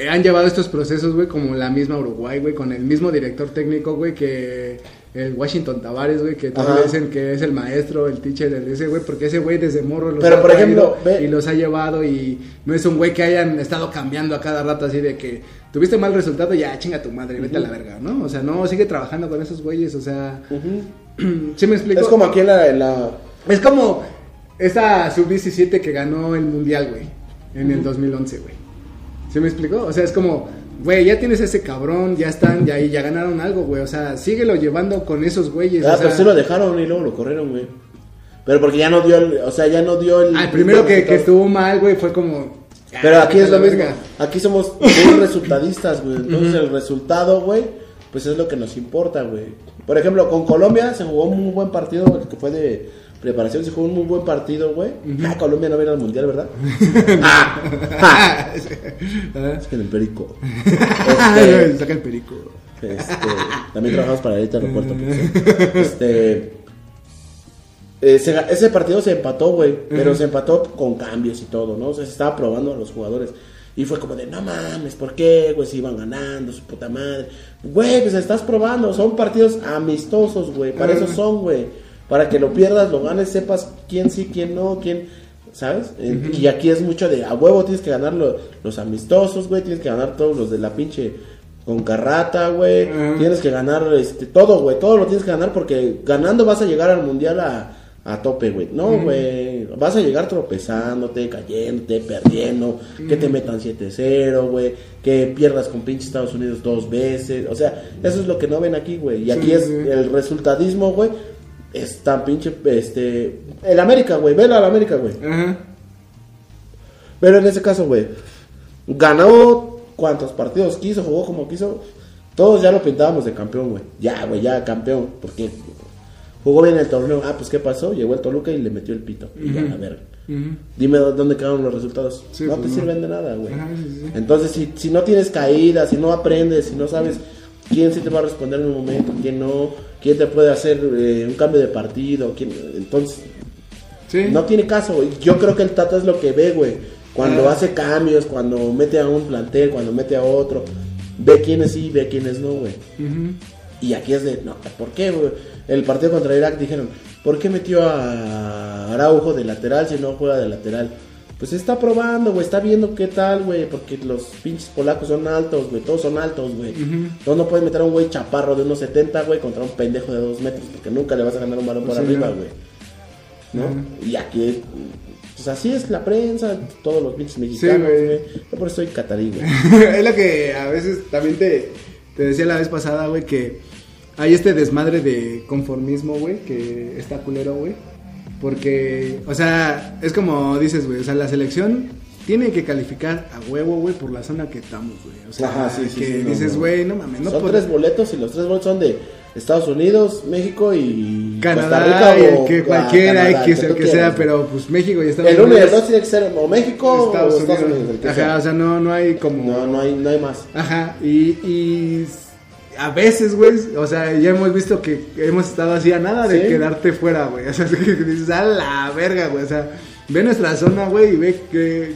eh, han llevado estos procesos, güey, como la misma Uruguay, güey, con el mismo director técnico, güey, que el Washington Tavares, güey, que todos Ajá. le dicen que es el maestro, el teacher, el ese, güey, porque ese güey desde morro los Pero, ha por ejemplo, traído ve- y los ha llevado y no es un güey que hayan estado cambiando a cada rato así de que tuviste mal resultado, ya chinga tu madre, vete a la verga, ¿no? O sea, no, sigue trabajando con esos güeyes, o sea, ¿sí me explico? Es como aquí en la, en la- Es como esa sub-17 que ganó el mundial, güey, en el 2011, güey. ¿Sí me explicó? O sea, es como, güey, ya tienes ese cabrón, ya están, ya, ya ganaron algo, güey. O sea, síguelo llevando con esos güeyes. Ah, o pero sea, sí lo dejaron y luego lo corrieron, güey. Pero porque ya no dio el. O sea, ya no dio el. ah, el primero que, que estuvo mal, güey, fue como. "Ah, Pero aquí vete es a la lo mismo. verga". Aquí somos muy resultadistas, güey. Entonces el resultado, güey, pues es lo que nos importa, güey. Por ejemplo, con Colombia se jugó un muy buen partido, el que fue de preparación, se jugó un muy buen partido, güey. Ah, Colombia no va a ir al mundial, ¿verdad? Ah, ah. Es que en el perico. Este, Saca el perico. este, también trabajamos para el aeropuerto. pues, Este. eh, se ga- ese partido se empató, güey. Pero se empató con cambios y todo, ¿no? O sea, se estaba probando a los jugadores. Y fue como de, no mames, ¿por qué, güey? Si iban ganando, su puta madre. Güey, pues estás probando. Son partidos amistosos, güey. Para eso son, güey. Para que lo pierdas, lo ganes, sepas quién sí, quién no, quién. ¿Sabes? Eh, Y aquí es mucho de, a huevo tienes que ganar lo- los amistosos, güey. Tienes que ganar todos los de la pinche. Con carrata, güey. Ajá. Tienes que ganar este, todo, güey. Todo lo tienes que ganar porque ganando vas a llegar al mundial a, a tope, güey. No, güey. Vas a llegar tropezándote, cayéndote, perdiendo. Que te metan 7-0, güey. Que pierdas con pinche Estados Unidos dos veces. O sea, eso es lo que no ven aquí, güey. Y aquí Sí, es sí. el resultadismo, güey. Es tan pinche, este... El América, güey. Vela al América, güey. Ajá. Pero en ese caso, güey, ganó cuantos partidos quiso, jugó como quiso. Todos ya lo pintábamos de campeón, güey. Ya, güey, ya campeón. Porque jugó bien el torneo. Ah, pues ¿qué pasó? Llegó el Toluca y le metió el pito. Y ya, a ver. Ujú. Dime dó- dónde quedaron los resultados. Sí, no pues, te no. sirven de nada, güey. Ajá, sí, sí. Entonces, si, si no tienes caídas, si no aprendes, si no sabes quién sí te va a responder en un momento, quién no, quién te puede hacer eh, un cambio de partido, quién... entonces Sí. no tiene caso, güey. Yo creo que el Tata es lo que ve, güey. Cuando Ah. hace cambios, cuando mete a un plantel, cuando mete a otro. Ve quiénes sí, ve quiénes no, güey. Ujú. Y aquí es de, no, ¿por qué, güey? El partido contra Irak dijeron, ¿por qué metió a Araujo de lateral si no juega de lateral? Pues está probando, güey, está viendo qué tal, güey, porque los pinches polacos son altos, güey, todos son altos, güey. Entonces no puedes meter a un güey chaparro de unos 70, güey, contra un pendejo de 2 metros, porque nunca le vas a ganar un balón por Sí, arriba, no. güey. ¿no? Y aquí, pues así es la prensa, todos los pinches mexicanos, güey. güey. Yo por eso soy catarí, güey. es lo que a veces también te, te decía la vez pasada, güey, que hay este desmadre de conformismo, güey, que está culero, güey. Porque, o sea, es como dices, güey, o sea, la selección tiene que calificar a huevo, güey, por la zona que estamos, güey. O sea, Ajá, sí, sí, que sí, no, dices, no. güey, no, mames, no son pod- tres boletos y los tres boletos son de Estados Unidos, México y Canadá, Costa Rica y el o que a cualquiera, Canadá, X, el tú que quieras, sea, güey. pero pues México y Estados El uno y Unidos. el dos tiene que ser o México Estados o Estados Unidos. Unidos. el que sea. Ajá, o sea, no, no hay como. no, no hay, no hay más. Ajá, y, y s- a veces, güey, o sea, ya hemos visto que hemos estado así a nada de Sí. quedarte fuera, güey. O sea, que dices, a la verga, güey. O sea, ve nuestra zona, güey, y ve que,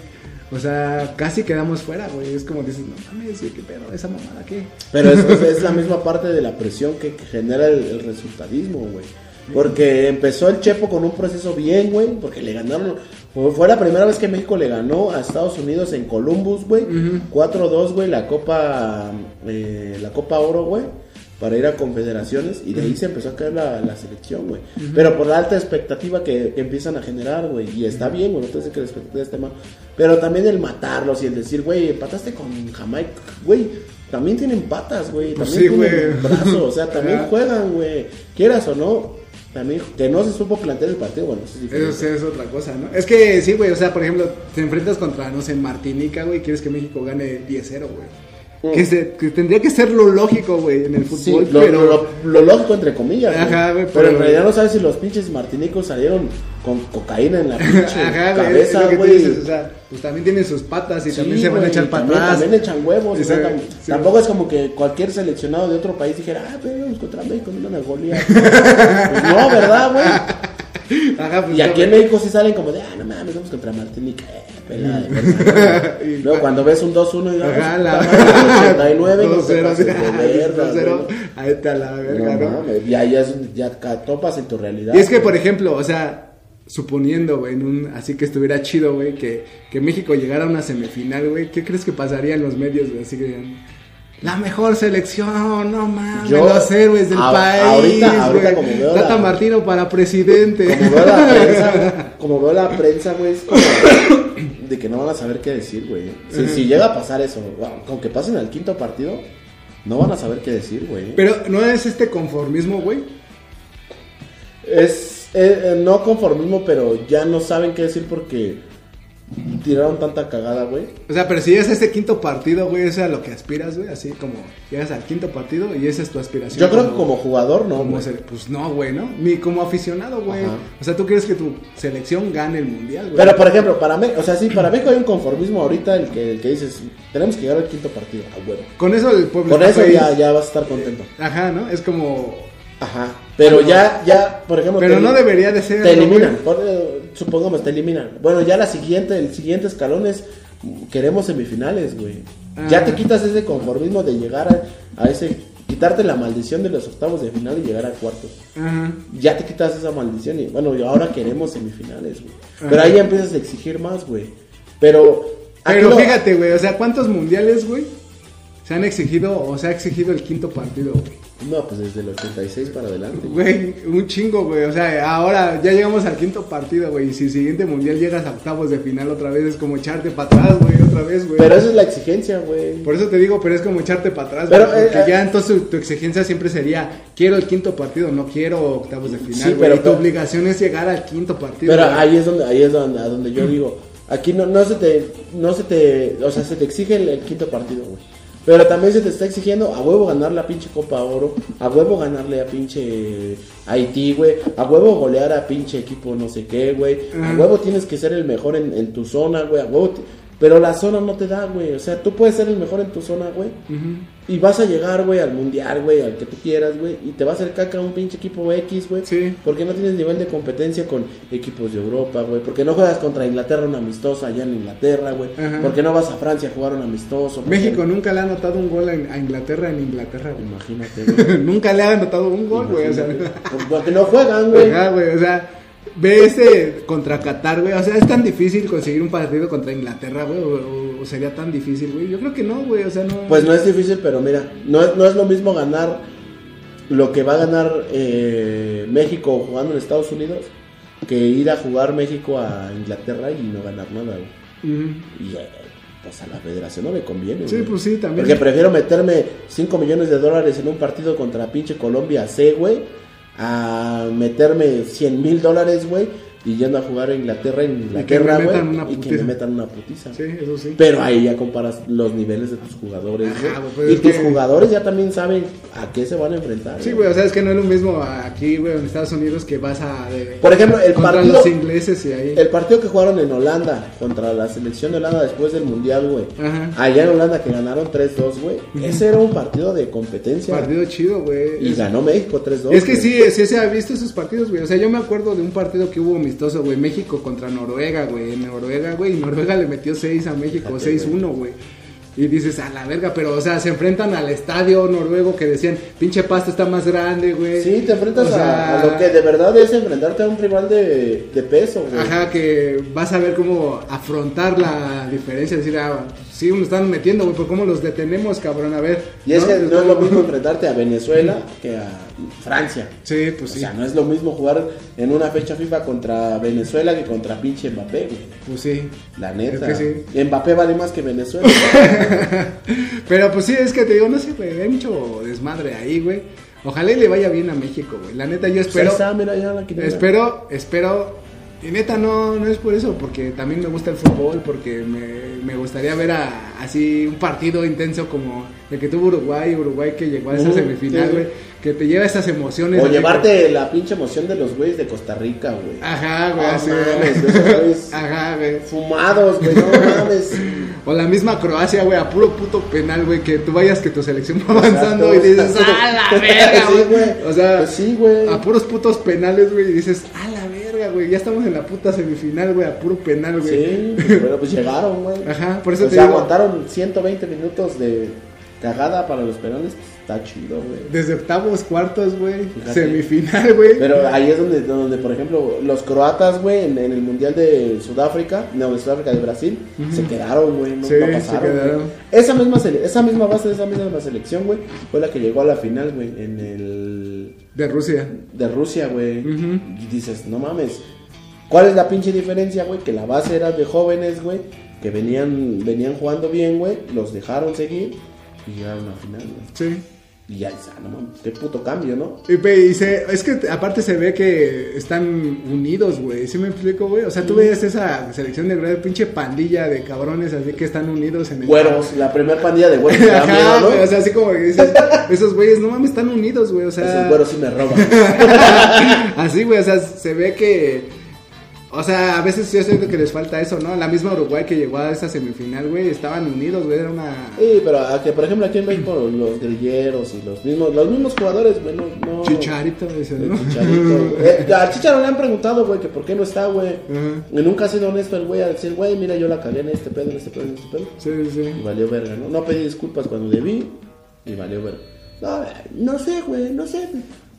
o sea, casi quedamos fuera, güey. Es como dices, no mames, güey, qué pedo, esa mamada, ¿qué? Pero es, es- es la misma parte de la presión que que genera el, el resultadismo, güey. Porque empezó el Chepo con un proceso bien, güey, porque le ganaron. fue- Fue la primera vez que México le ganó a Estados Unidos en Columbus, güey. 4-2, güey, la Copa eh, la Copa Oro, güey, para ir a confederaciones. Y de ahí se empezó a caer la, la selección, güey. Pero por la alta expectativa que, que empiezan a generar, güey. Y está bien, güey, no te dice que la expectativa esté mal. Pero también el matarlos y el decir, güey, empataste con Jamaica, güey. También tienen patas, güey. Pues También sí, tienen güey. brazos. O sea, también Ajá. juegan, güey. Quieras o no. También, que no se supo plantear el partido, bueno, eso es diferente. Eso sí es otra cosa, ¿no? Es que sí, güey, o sea, por ejemplo, te enfrentas contra, no sé, Martinica, güey, y quieres que México gane 10-0, güey. Mm. Que, se- que tendría que ser lo lógico, güey, en el Sí, fútbol, lo, pero... lo- lo lógico, entre comillas. Ajá, güey, güey. pero- Pero en realidad no sabes si los pinches martinicos salieron con cocaína en la pinche Ajá, güey, es lo cabeza, que tú güey. dices, o sea, pues también tienen sus patas y Sí, también se van a güey, echar para también- atrás. También echan huevos. Sí, o sea, sí, tam- sí. tampoco es como que cualquier seleccionado de otro país dijera, ah, pero vamos contra México, no una golía. Pues no, ¿verdad, güey? Ajá, pues, Y aquí no, en México sí salen como de, ah, no mames, vamos contra Martinica. eh, pelada de verdad". Y- Luego cuando ves un 2-1 y vamos Ajá, a la 89, no 2-0, te pases de verga, 2-0. güey. Ahí está la verga, No ¿no? mames, ya, ya, es- ya ca- topas en tu realidad. Y es que, güey. por ejemplo, o sea, suponiendo, güey, en un- así que estuviera chido, güey, que, que México llegara a una semifinal, güey, ¿qué crees que pasaría en los medios, güey? Así que dirían, la mejor selección, no mames, Yo- los héroes del a- país, ahorita- ahorita güey. como veo Tata la- Martino para presidente. Como veo la prensa, como veo la prensa, güey, es como de que no van a saber qué decir, güey. Si, si llega a pasar eso, wow, con que pasen al quinto partido, no van a saber qué decir, güey. Pero no es este conformismo, güey. Es eh, eh, no conformismo, pero ya no saben qué decir porque tiraron tanta cagada, güey. O sea, pero si es este quinto partido, güey, eso es a lo que aspiras, güey, así como llegas al quinto partido y esa es tu aspiración. Yo creo que como jugador, no, Como güey. se- pues no, güey, ¿no? Ni como aficionado, güey. Ajá. O sea, tú quieres que tu selección gane el mundial, güey. Pero por ejemplo, para mí, o sea, sí, para México hay un conformismo ahorita el que, el que dices, tenemos que llegar al quinto partido, a huevo. Con eso el pueblo. Con está eso feliz. ya, ya vas a estar contento. Ajá, ¿no? Es como. Ajá. Pero ya, ya, por ejemplo. Ah, Pero te- no debería de ser. Te ¿no, eliminan, güey? por- eh, supongamos, te eliminan. Bueno, ya la siguiente, el siguiente escalón es mm, queremos semifinales, güey. Ya Ah. te quitas ese conformismo de llegar a, a ese, quitarte la maldición de los octavos de final y llegar a cuartos. Ajá. Ya te quitas esa maldición y bueno, y ahora queremos semifinales, güey. Ajá. Pero ahí ya empiezas a exigir más, güey. Pero, aquí Pero lo- fíjate, güey, o sea, ¿cuántos mundiales, güey? Se han exigido, o se ha exigido el quinto partido, güey. No, pues desde el 86 para adelante. Güey, un chingo, güey. O sea, ahora ya llegamos al quinto partido, güey. Y si siguiente mundial llegas a octavos de final otra vez, es como echarte para atrás, güey, otra vez, güey. Pero esa es la exigencia, güey. Por eso te digo, pero es como echarte para atrás, Pero, güey, porque eh, ya entonces tu exigencia siempre sería, quiero el quinto partido, no quiero octavos de final, Sí, güey, pero- y tu obligación es llegar al quinto partido. Pero güey. ahí es donde, ahí es donde, a donde yo digo, aquí no, no se te, no se te, o sea, se te exige el, el quinto partido, güey. Pero también se te está exigiendo a huevo ganar la pinche Copa Oro, a huevo ganarle a pinche Haití, güey, a huevo golear a pinche equipo no sé qué, güey, a Ajá. huevo tienes que ser el mejor en, en tu zona, güey, a huevo, te- pero la zona no te da, güey, o sea, tú puedes ser el mejor en tu zona, güey, Ujú. y vas a llegar, güey, al mundial, güey, al que tú quieras, güey. Y te va a hacer caca un pinche equipo X, güey. Sí. Porque no tienes nivel de competencia con equipos de Europa, güey. Porque no juegas contra Inglaterra un amistoso allá en Inglaterra, güey. Ajá. Porque no vas a Francia a jugar un amistoso. porque- México nunca le ha anotado un gol a, a Inglaterra en Inglaterra, güey. Imagínate, güey. nunca le ha anotado un gol, güey, o sea, Por- Porque no juegan, güey. ajá, güey, o sea, ve este contra Qatar, güey, o sea, es tan difícil conseguir un partido contra Inglaterra, güey, o, o- o sería tan difícil, güey. Yo creo que no, güey, o sea, no Pues no es difícil, pero mira, no es, no es lo mismo ganar lo que va a ganar eh, México jugando en Estados Unidos que ir a jugar México a Inglaterra y no ganar nada, güey. Ujú. Y eh, pues a la federación no me conviene. Sí, güey. pues sí, también. Porque prefiero meterme 5 millones de dólares en un partido contra pinche Colombia C, güey, a meterme 100 mil dólares, güey, y yendo a jugar a Inglaterra, en Inglaterra, me güey, metan una y que me putiza. metan una putiza. Sí, eso sí. Pero ahí ya comparas los niveles de tus jugadores, Ajá, güey. güey, pues y es tus que- jugadores ya también saben a qué se van a enfrentar. Sí, güey, o sea, es que no es lo mismo aquí, güey, en Estados Unidos que vas a... de- Por ejemplo, el contra partido- los ingleses y ahí... El partido que jugaron en Holanda contra la selección de Holanda después del Mundial, güey. Ajá. Allá Ah, en Holanda que ganaron 3-2, güey. Ese era un partido de competencia. Partido chido, güey. Y Es- ganó México 3-2. Es que güey. sí, sí se ha visto esos partidos, güey. O sea, yo me acuerdo de un partido que hubo amistoso, güey. México contra Noruega, güey. En Noruega, güey. Y Noruega le metió 6 a México, Fíjate, 6-1, güey. Y dices, a la verga, pero, o sea, se enfrentan al estadio noruego que decían, pinche pasta está más grande, güey. Sí, te enfrentas O a- sea, a, lo que de verdad es enfrentarte a un rival de, de peso, güey. Ajá, que vas a ver cómo afrontar la diferencia. Decir, ah, sí, nos están metiendo, güey, pero ¿cómo los detenemos, cabrón? A ver. Y es que no es lo ¿Cómo? mismo enfrentarte a Venezuela que a Francia. Sí, pues O sí. sea, no es lo mismo jugar en una fecha FIFA contra Venezuela que contra pinche Mbappé, güey. Pues sí. La neta. Es que Mbappé vale más que Venezuela. Pero pues sí, es que te digo, no sé, güey, hay mucho desmadre ahí, güey. Ojalá y le vaya bien a México, güey. La neta, yo Pero, espero. Pues mira, ya la quiniela. Espero, espero. Y neta, no, no es por eso, porque también me gusta el fútbol, porque me, me gustaría ver a, así un partido intenso como el que tuvo Uruguay, Uruguay que llegó a esa Ujú, semifinal, sí. güey, que te lleva esas emociones. O así llevarte la pinche emoción de los güeyes de Costa Rica, güey. como- Ajá, güey, Ah, así. mames, esos güeyes Ajá, güey. Fumados, güey, no mames. O la misma Croacia, güey, a puro puto penal, güey, que tú vayas que tu selección va avanzando Exacto. y dices, ¡ah, la verga, Sí, güey! güey. O sea, Pues sí, güey. a puros putos penales, güey, y dices, ¡ah, la verga, güey! güey. Ya estamos en la puta semifinal, güey, a puro penal, güey. Sí, pero pues llegaron, güey. Ajá, por eso o te sea, digo. aguantaron 120 minutos de cagada para los penales. pues, Está chido, güey. Desde octavos, cuartos, güey. Fíjate. Semifinal, güey. Pero ahí es donde, donde por ejemplo, los croatas, güey, en, en el Mundial de Sudáfrica, no, de Sudáfrica, de Brasil, se quedaron, güey, no, Sí, no se pasaron. güey. quedaron. Esa, misma sele- esa misma base de esa misma selección, güey, fue la que llegó a la final, güey, en el... De Rusia. de Rusia, güey. Ujú. Y dices, no mames. ¿Cuál es la pinche diferencia, güey? Que la base era de jóvenes, güey. Que venían, venían jugando bien, güey. Los dejaron seguir. Y llegaron a la final, güey. Sí. Y ya, o sea, no mames. Qué puto cambio, ¿no? Y, pe- y se- es que aparte se ve que están unidos, güey. ¿Sí me explico, güey? O sea, Mm. tú ves esa selección de verdad, pinche pandilla de cabrones así que están unidos en el. Güeros, la primer pandilla de güeros. que da miedo, Ajá, ¿no? güey, o sea, así como que dices, esos güeyes, no mames, están unidos, güey, o sea. Esos güeros sí me roban. Así, güey, o sea, se ve que. O sea, a veces yo siento que les falta eso, ¿no? La misma Uruguay que llegó a esa semifinal, güey, estaban unidos, güey, era una. Sí, pero a que, por ejemplo, aquí en México los grilleros y los mismos, los mismos jugadores, güey, no... no- Chicharito, dice, El ¿no? Chicharito, güey. Eh, al Chicharo le han preguntado, güey, que por qué no está, güey. Ajá. Y nunca ha sido honesto el güey a decir, güey, mira, yo la cagué en este pedo, en este pedo, en este pedo. Sí, sí, Y sí. valió verga, ¿no? No pedí disculpas cuando debí y valió verga. No, eh, no sé, güey, no sé.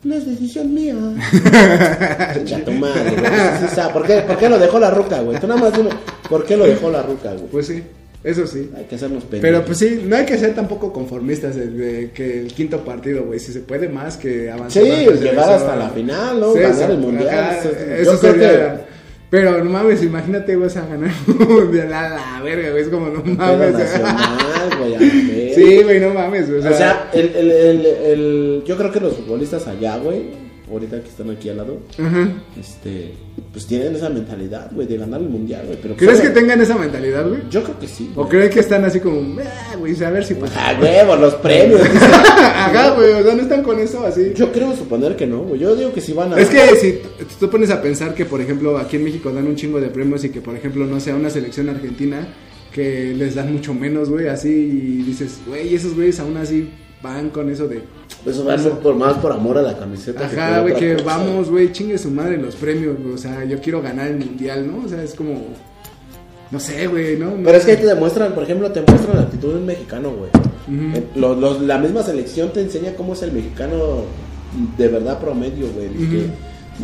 No es decisión mía. Chinga tu madre, güey. Sí, o sea, ¿por qué, ¿Por qué lo dejó la ruca, güey? Tú nada más dime, ¿por qué lo dejó la ruca, güey? Pues sí, eso sí. Hay que hacernos pendejos. Pero pues sí, no hay que ser tampoco conformistas de, de que el quinto partido, güey, si se puede más que avanzar. Sí, antes de llegar eso, hasta la final, ¿no? Ganar el mundial, eso es- eso yo creo sería- que- Pero no mames, imagínate, güey, a ganar el mundial a la verga, güey, es como no Pedo mames. nacional, güey, a la verga. sí, güey, no mames, güey, O sea, el, el, el, el- yo creo que los futbolistas allá, güey, ahorita que están aquí al lado, ajá. este, pues tienen esa mentalidad, güey, de ganar el mundial, güey. Pero ¿Crees pues, que tengan esa mentalidad, güey? Yo creo que sí. ¿O crees que están así como, "Ah, güey, a ver si pasa? A huevo, los premios. dice. Ajá, güey, o sea, no están con eso así. Yo creo suponer que no, güey. Yo digo que sí van a. Es que si t- tú pones a pensar que, por ejemplo, aquí en México dan un chingo de premios y que, por ejemplo, no sea una selección argentina que les dan mucho menos, güey, así y dices, güey, esos güeyes aún así van con eso de, Eso va a ser por más por amor a la camiseta. que ajá, por güey, otra que cosa. vamos, güey, chingue su madre los premios, güey, o sea, yo quiero ganar el mundial, ¿no? O sea, es como, no sé, güey, ¿no? Pero es que ahí te demuestran, por ejemplo, te muestran la actitud de un mexicano, güey. Eh, los- los- la misma selección te enseña cómo es el mexicano de verdad promedio, güey. el que,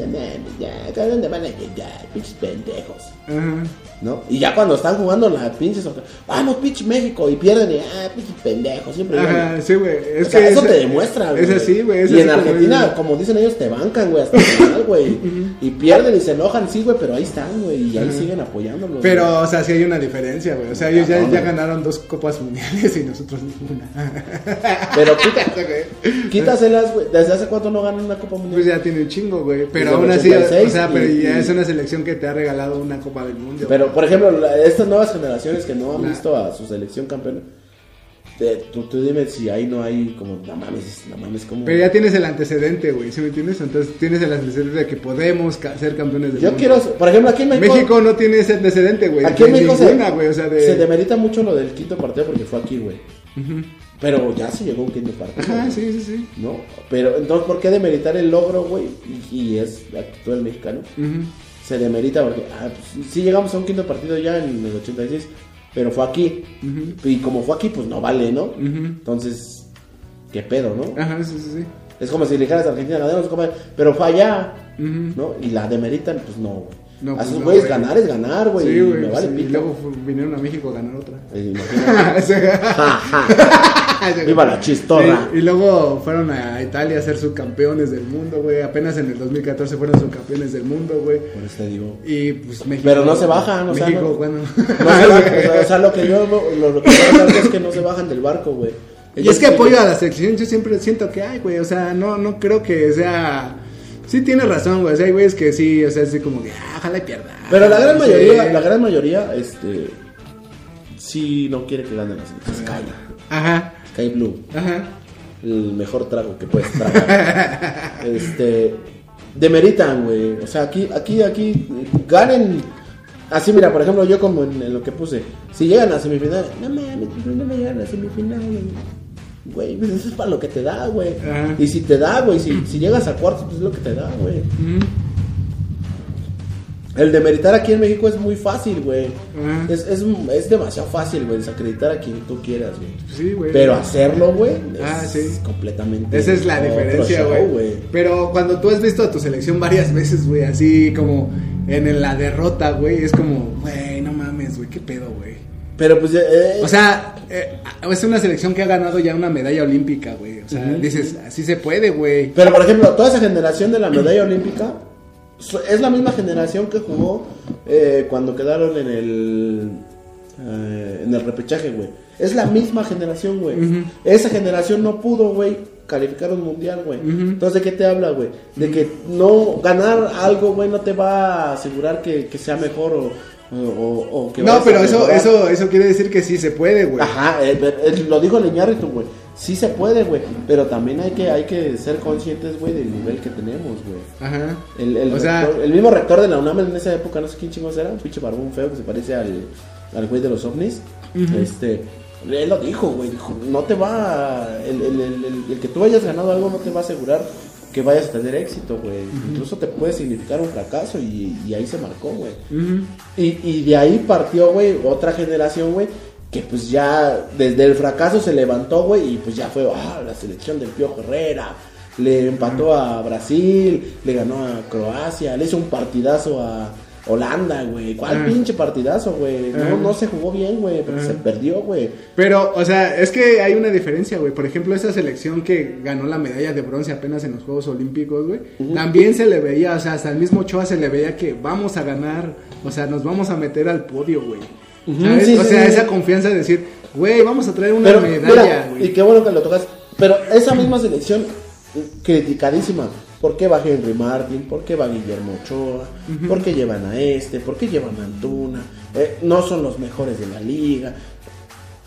"No mames, ya, ¿a dónde van a llegar? Pinches pendejos. Ajá. ¿No? Y ya cuando están jugando las pinches, o- vamos, pinche México, y pierden, y, ah, pinches pendejos, siempre ganan". Ajá, sí, güey. Es O sea, que eso es- te demuestra, güey. Es así, güey. es Y en así como Argentina, es. como, dicen ellos, te bancan, güey, hasta el final, güey. Y pierden y se enojan, sí, güey, pero ahí están, güey, y ahí siguen apoyándolos. güey. Pero, o sea, sí hay una diferencia, güey. O sea, ellos ya, Cabrón, ya güey. ganaron dos copas mundiales y nosotros ninguna. Pero quita- quítaselas, güey. ¿Desde hace cuánto no ganan una Copa Pues Mundial? ya tiene un chingo, güey. Desde Pero aún así, o 86 sea, y- pero ya y- es una selección que te ha regalado una Copa del Mundo. Pero, por ejemplo, la- estas nuevas generaciones que no han La- visto a su selección campeona, te- tú, tú dime si ahí no hay como, no mames, no mames, como... Pero ya tienes el antecedente, güey. ¿Sí me entiendes? Entonces tienes el antecedente de que podemos ca- ser campeones del Yo mundo. quiero, por ejemplo, aquí en México... México no tiene ese antecedente, güey. Aquí en de México ninguna, se, güey. O sea, de. se demerita mucho lo del quinto partido porque fue aquí, güey. Pero ya se llegó un quinto partido. Ajá, güey, sí, sí, sí. ¿No? Pero entonces, ¿por qué demeritar el logro, güey? Y, y es la actitud del mexicano. Ujú. Se demerita porque ah, pues, sí llegamos a un quinto partido ya en el 86, pero fue aquí. Y como fue aquí, pues no vale, ¿no? Entonces, ¿qué pedo, no? Ajá, sí, sí, sí. Es como si le dijeras a Argentina, ganamos, compadre, pero fue allá, Ujú. ¿no? Y la demeritan, pues no, güey. No, a pues, esos no, güeyes güey. ganar es ganar, güey. Sí, y güey. me vale sí, y pito. luego fu- vinieron a México a ganar otra. Eh, imagínate. Ja, ja. Viva Viva la chistorra. Y, y luego fueron a Italia a ser subcampeones del mundo, güey. Apenas en el 2014 fueron subcampeones del mundo, güey. Por eso te digo. Y pues México. Pero no se bajan, o sea, México, no- bueno. No se bajan, o sea, o sea, lo que yo lo, lo que yo resalto es que no se bajan del barco, güey. y es que apoyo a la selección, yo siempre siento que hay, güey. O sea, no, no creo que sea. Sí, tienes razón, güey. O sea, hay güeyes que sí, o sea, así como que, ah, ojalá y pierda. Pero la gran Sí. mayoría, la gran mayoría, este. Sí, no quiere que gane la selección. Sky, Ajá, Ah, Sky Blue. ajá. El mejor trago que puedes tragar. este. Demeritan, güey. O sea, aquí, aquí, aquí. Ganen. Así, mira, por ejemplo, yo como en, en lo que puse. Si llegan a semifinal. No mames, no me llegan a semifinal, güey. Güey, eso es para lo que te da, güey. Ajá. Y si te da, güey. Si, si llegas a cuartos, pues es lo que te da, güey. Ujú. El demeritar aquí en México es muy fácil, güey. Ajá. Es, es, es demasiado fácil, güey, desacreditar a quien tú quieras, güey. Pues Sí, güey. Pero hacerlo, güey, es Ah, sí. completamente. Esa es la otro diferencia, show, güey. Pero cuando tú has visto a tu selección varias veces, güey, así como en la derrota, güey, es como, güey, no mames, güey, qué pedo, güey. Pero pues, eh, O sea, eh, es una selección que ha ganado ya una medalla olímpica, güey. O sea, Ujú. dices, así se puede, güey. Pero por ejemplo, toda esa generación de la medalla olímpica so- es la misma generación que jugó eh, cuando quedaron en el eh, en el repechaje, güey. Es la misma generación, güey. Ujú. Esa generación no pudo, güey, calificar un mundial, güey. Ujú. Entonces, ¿de qué te habla, güey? De que no ganar algo, güey, no te va a asegurar que, que sea mejor o, o- o que No, vayas a pero eso, mejorar. eso, eso quiere decir que sí se puede, güey. Ajá, eh, pero, eh, lo dijo Leñárritu, güey. Sí se puede, güey. Pero también hay que, hay que ser conscientes, güey, del nivel que tenemos, güey. Ajá. El, el O sea- rector- el mismo rector de la UNAM en esa época, no sé quién chingos era, un pinche barbón feo que se parece al, al güey de los ovnis. Este, él lo dijo, güey, dijo, no te va, a- el, el- el- el- el que tú hayas ganado algo no te va a asegurar que vayas a tener éxito, güey. Incluso te puede significar un fracaso y, y ahí se marcó, güey. Ujú. Y, y de ahí partió, güey, otra generación, güey, que pues ya desde el fracaso se levantó, güey, y pues ya fue, ah, la selección del Piojo Herrera. Le empató a Brasil, le ganó a Croacia, le hizo un partidazo a Holanda, güey. ¿Cuál Ah. pinche partidazo, güey? No, Ah. no se jugó bien, güey, porque Ah. se perdió, güey. Pero, o sea, es que hay una diferencia, güey. Por ejemplo, esa selección que ganó la medalla de bronce apenas en los Juegos Olímpicos, güey. Ujú. También se le veía, o sea, hasta el mismo Ochoa se le veía que vamos a ganar, o sea, nos vamos a meter al podio, güey. Ujú, ¿Sabes? sí, o sí, sea, sí. esa confianza de decir, güey, vamos a traer una Pero, medalla, mira, y güey. qué bueno que lo tocas. Pero esa misma selección, eh, criticadísima. ¿Por qué va Henry Martin? ¿Por qué va Guillermo Ochoa? ¿Por qué llevan a este? ¿Por qué llevan a Antuna? Eh, no son los mejores de la liga.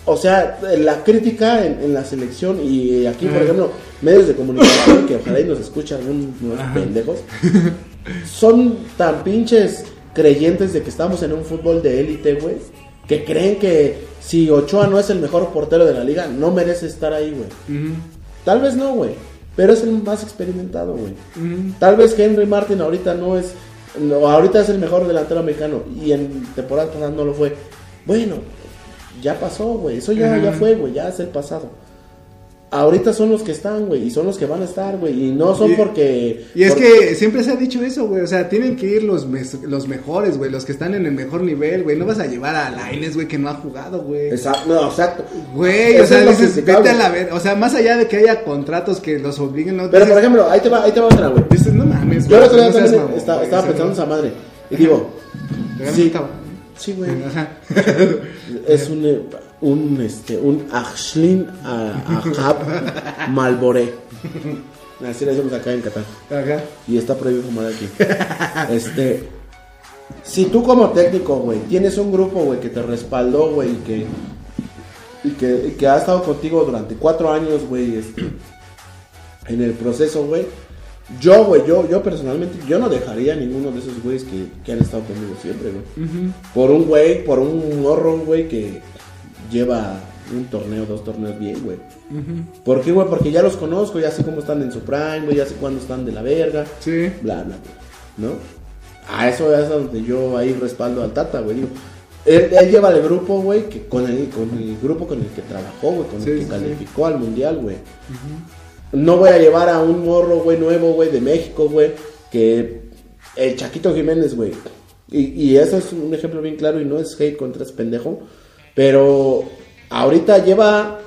O sea, eh, la crítica en, en la selección y aquí, por Ajá. ejemplo, medios de comunicación, que ojalá y nos escuchan unos pendejos, son tan pinches creyentes de que estamos en un fútbol de élite, güey, que creen que si Ochoa no es el mejor portero de la liga, no merece estar ahí, güey. Ujú, Tal vez no, güey, pero es el más experimentado, güey. ujú. Tal vez Henry Martin ahorita no es, no, ahorita es el mejor delantero mexicano y en temporada pasada no lo fue. Bueno, ya pasó, güey, eso ya, Ajá. ya fue, güey, ya es el pasado. Ahorita son los que están, güey, y son los que van a estar, güey, y no son Y- porque... Y es por- que siempre se ha dicho eso, güey. O sea, tienen que ir los, mes- los mejores, güey. Los que están en el mejor nivel, güey. No vas a llevar a Laines, güey, que no ha jugado, güey. Exacto, no, exacto. Güey, Eso o sea, es lo dices, criticable. vete a la ver. O sea, más allá de que haya contratos que los obliguen, no Pero dices, por ejemplo, ahí te va, ahí te va otra, güey. dices, no mames, Yo el otro día no seas también mamón, estaba, güey, estaba o sea, pensando en no. esa madre. Y digo, Regálame sí, un cabo. sí, güey. Ajá. Es un, eh, un, este, un Ajlin a- Ajab Malboré. Así le decimos acá en Qatar. Ajá. Y está prohibido fumar aquí. Este. Si tú como técnico, güey, tienes un grupo, güey, que te respaldó, güey, y que, y que, y que ha estado contigo durante cuatro años, güey, este, en el proceso, güey. Yo, güey, yo, yo personalmente, yo no dejaría a ninguno de esos güeyes que, que han estado conmigo siempre, güey. Por un güey, por un morro, güey, que lleva un torneo, dos torneos bien, güey. ¿Por qué, güey? Porque ya los conozco, ya sé cómo están en su prime, güey, ya sé cuándo están de la verga Sí. bla, bla, bla, ¿no? A eso es a donde yo ahí respaldo al Tata, güey. digo, Él, él lleva el grupo, güey, que con el, con el grupo con el que trabajó, güey, con Sí, el que sí, sí. calificó al mundial, güey. No voy a llevar a un morro, güey, nuevo, güey, de México, güey, que el Chaquito Jiménez, güey. Y, y eso es un ejemplo bien claro y no es hate contra ese pendejo. Pero ahorita lleva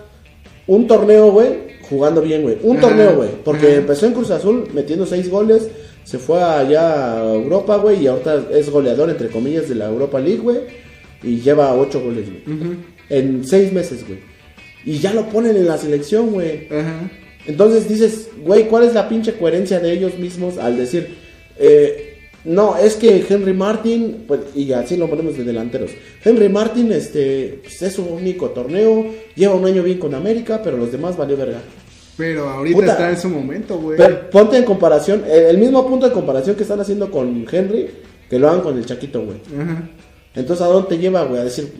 un torneo, güey, jugando bien, güey. Un Ajá, torneo, güey. Porque ajá. empezó en Cruz Azul metiendo seis goles. Se fue allá a Europa, güey. Y ahorita es goleador, entre comillas, de la Europa League, güey. Y lleva ocho goles, güey. En seis meses, güey. Y ya lo ponen en la selección, güey. Ajá. Entonces dices, güey, ¿cuál es la pinche coherencia de ellos mismos al decir, eh, no, es que Henry Martin, pues, y así lo ponemos de delanteros, Henry Martin, este, pues, es su único torneo, lleva un año bien con América, pero los demás valió verga. Pero ahorita Puta. está en su momento, güey. Pero ponte en comparación, el, el mismo punto de comparación que están haciendo con Henry, que lo hagan con el Chaquito, güey. Ajá. Entonces, ¿a dónde te lleva, güey? A decir,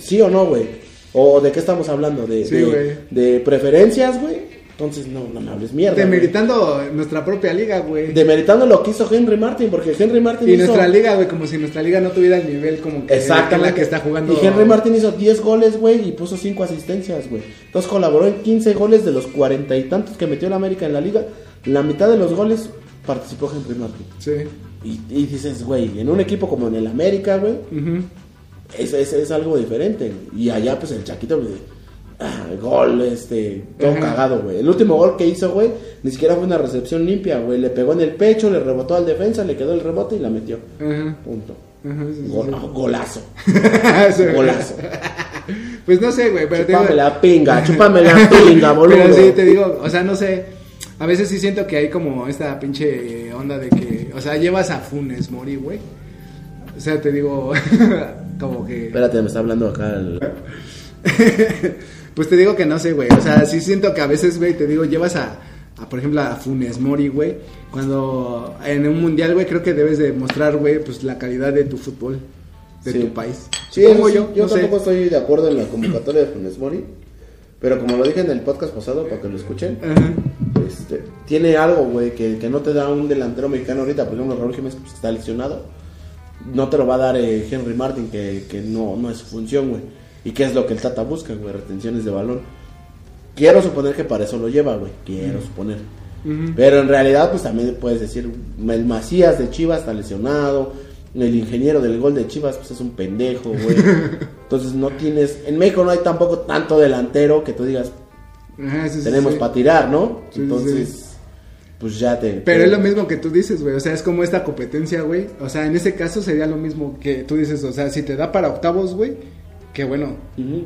sí o no, güey. O de qué estamos hablando, de, Sí, de- güey. de preferencias, güey. Entonces, no, no me hables mierda. güey. Demeritando nuestra propia liga, güey. Demeritando lo que hizo Henry Martin, porque Henry Martin Y hizo... nuestra liga, güey, como si nuestra liga no tuviera el nivel como que Exacto. en la que está jugando. Y Henry Martin hizo 10 goles, güey, y puso 5 asistencias, güey. Entonces colaboró en 15 goles de los cuarenta y tantos que metió el América en la liga. La mitad de los goles participó Henry Martin. Sí. Y, y dices, güey, en un equipo como en el América, güey, Ujú. es, es, es algo diferente. Y allá, pues, el Chaquito, güey, ah, gol, este, todo Ajá. cagado, güey. El último gol que hizo, güey, ni siquiera fue una recepción limpia, güey. Le pegó en el pecho, le rebotó al defensa, le quedó el rebote y la metió. Ajá. Punto. Ajá, sí, sí, sí. Gol- ah, golazo, Sí. golazo. Pues no sé, güey, pero te digo- Chúpame la pinga, chúpame la pinga, boludo. Pero sí, te digo, o sea, no sé. A veces sí siento que hay como esta pinche eh, onda de que. O sea, llevas a Funes Mori, güey. O sea, te digo. como que. Espérate, me está hablando acá el... pues te digo que no sé, güey. O sea, sí siento que a veces, güey, te digo, llevas a. a, por ejemplo, a Funes Mori, güey. Cuando en un mundial, güey, creo que debes de mostrar, güey, pues la calidad de tu fútbol. De Sí. tu país. Sí, Supongo eso sí, yo no sé. tampoco estoy de acuerdo en la convocatoria de Funes Mori, pero como lo dije en el podcast pasado, para que lo escuchen, Ajá. este, tiene algo, güey, que, que no te da un delantero mexicano ahorita, por ejemplo, Raúl Jiménez pues, está lesionado, no te lo va a dar eh, Henry Martin, que, que no, no es su función, güey, y qué es lo que el Tata busca, güey, retenciones de balón. Quiero suponer que para eso lo lleva, güey, quiero suponer. Ujú. Pero en realidad, pues también puedes decir, el Macías de Chivas está lesionado, el ingeniero del gol de Chivas, pues es un pendejo, güey. Entonces no tienes, en México no hay tampoco tanto delantero que tú digas, Ajá, sí, sí, tenemos sí. para tirar, ¿no? Sí, sí, Entonces, sí. pues ya te... Pero es lo mismo que tú dices, güey. O sea, es como esta competencia, güey. O sea, en ese caso sería lo mismo que tú dices. O sea, si te da para octavos, güey. Que bueno, Ujú.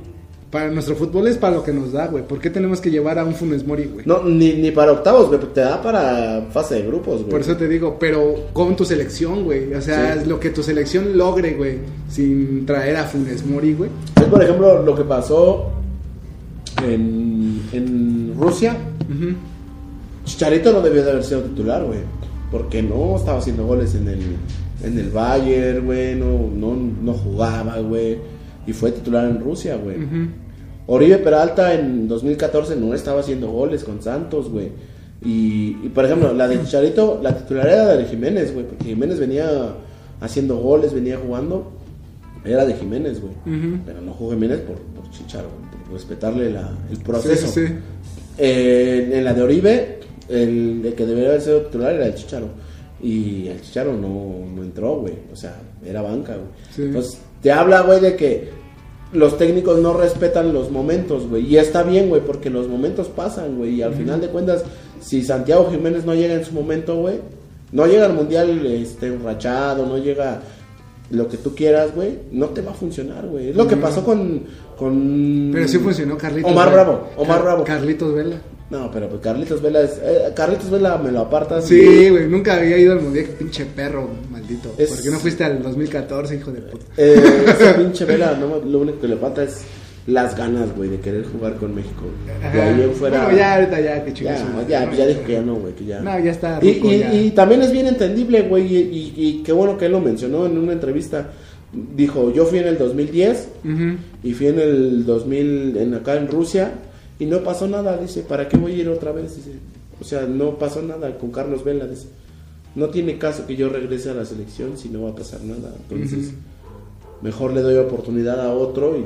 para nuestro fútbol es para lo que nos da, güey. ¿Por qué tenemos que llevar a un Funes Mori, güey? No, ni, ni para octavos, güey, te da para fase de grupos, güey. Por eso te digo, pero con tu selección, güey. O sea, Sí. es lo que tu selección logre, güey. Sin traer a Funes Mori, güey. Es, por ejemplo, lo que pasó en, en Rusia. Ujú. Chicharito no debió de haber sido titular, güey. Porque no estaba haciendo goles en el, en el Bayern, güey. No, no, no jugaba, güey. Y fue titular en Rusia, güey. Ujú. Oribe Peralta en 2014 no estaba haciendo goles con Santos, güey. Y, y, por ejemplo, la de Chicharito, la titular era la de Jiménez, güey. Porque Jiménez venía haciendo goles, venía jugando. Era de Jiménez, güey. Ujú. Pero no jugó Jiménez por, por Chicharo, güey, por respetarle la- el proceso. Sí, sí, sí. Eh, en la de Oribe, el, el que debería haber sido titular era el Chicharo. Y el Chicharo no, no entró, güey. O sea, era banca, güey. Sí. Entonces, te habla, güey, de que los técnicos no respetan los momentos, güey. Y está bien, güey, porque los momentos pasan, güey. Y al final de cuentas, si Santiago Jiménez no llega en su momento, güey, no llega al mundial este, enrachado, no llega lo que tú quieras, güey, no te va a funcionar, güey. Es lo que Ujú. pasó con. con... Pero sí funcionó Carlitos. Omar güey. Bravo, Omar Car- Bravo. Carlitos Vela. No, pero pues Carlitos Vela es. eh, Carlitos Vela me lo apartas. Sí, güey. Nunca había ido al mundial. Qué pinche perro, maldito. Es- ¿Por qué no fuiste al 2014, hijo de puta? Eh, ese pinche Vela, no, lo único que le falta es las ganas, güey, de querer jugar con México. De Ajá. ahí en fuera. Bueno, ya ahorita ya, que Ya, chingas. ya, pues ya dijo que ya no, güey, que ya. No, ya está Y, ruco, y- ya. y también es bien entendible, güey, y, y- y qué bueno que él lo mencionó en una entrevista. Dijo, yo fui en el 2010 Ujú. y fui en el 2000 en acá en Rusia y no pasó nada, dice, ¿para qué voy a ir otra vez? Dice, o sea, no pasó nada con Carlos Vela, dice. No tiene caso que yo regrese a la selección si no va a pasar nada. Entonces, mejor le doy oportunidad a otro y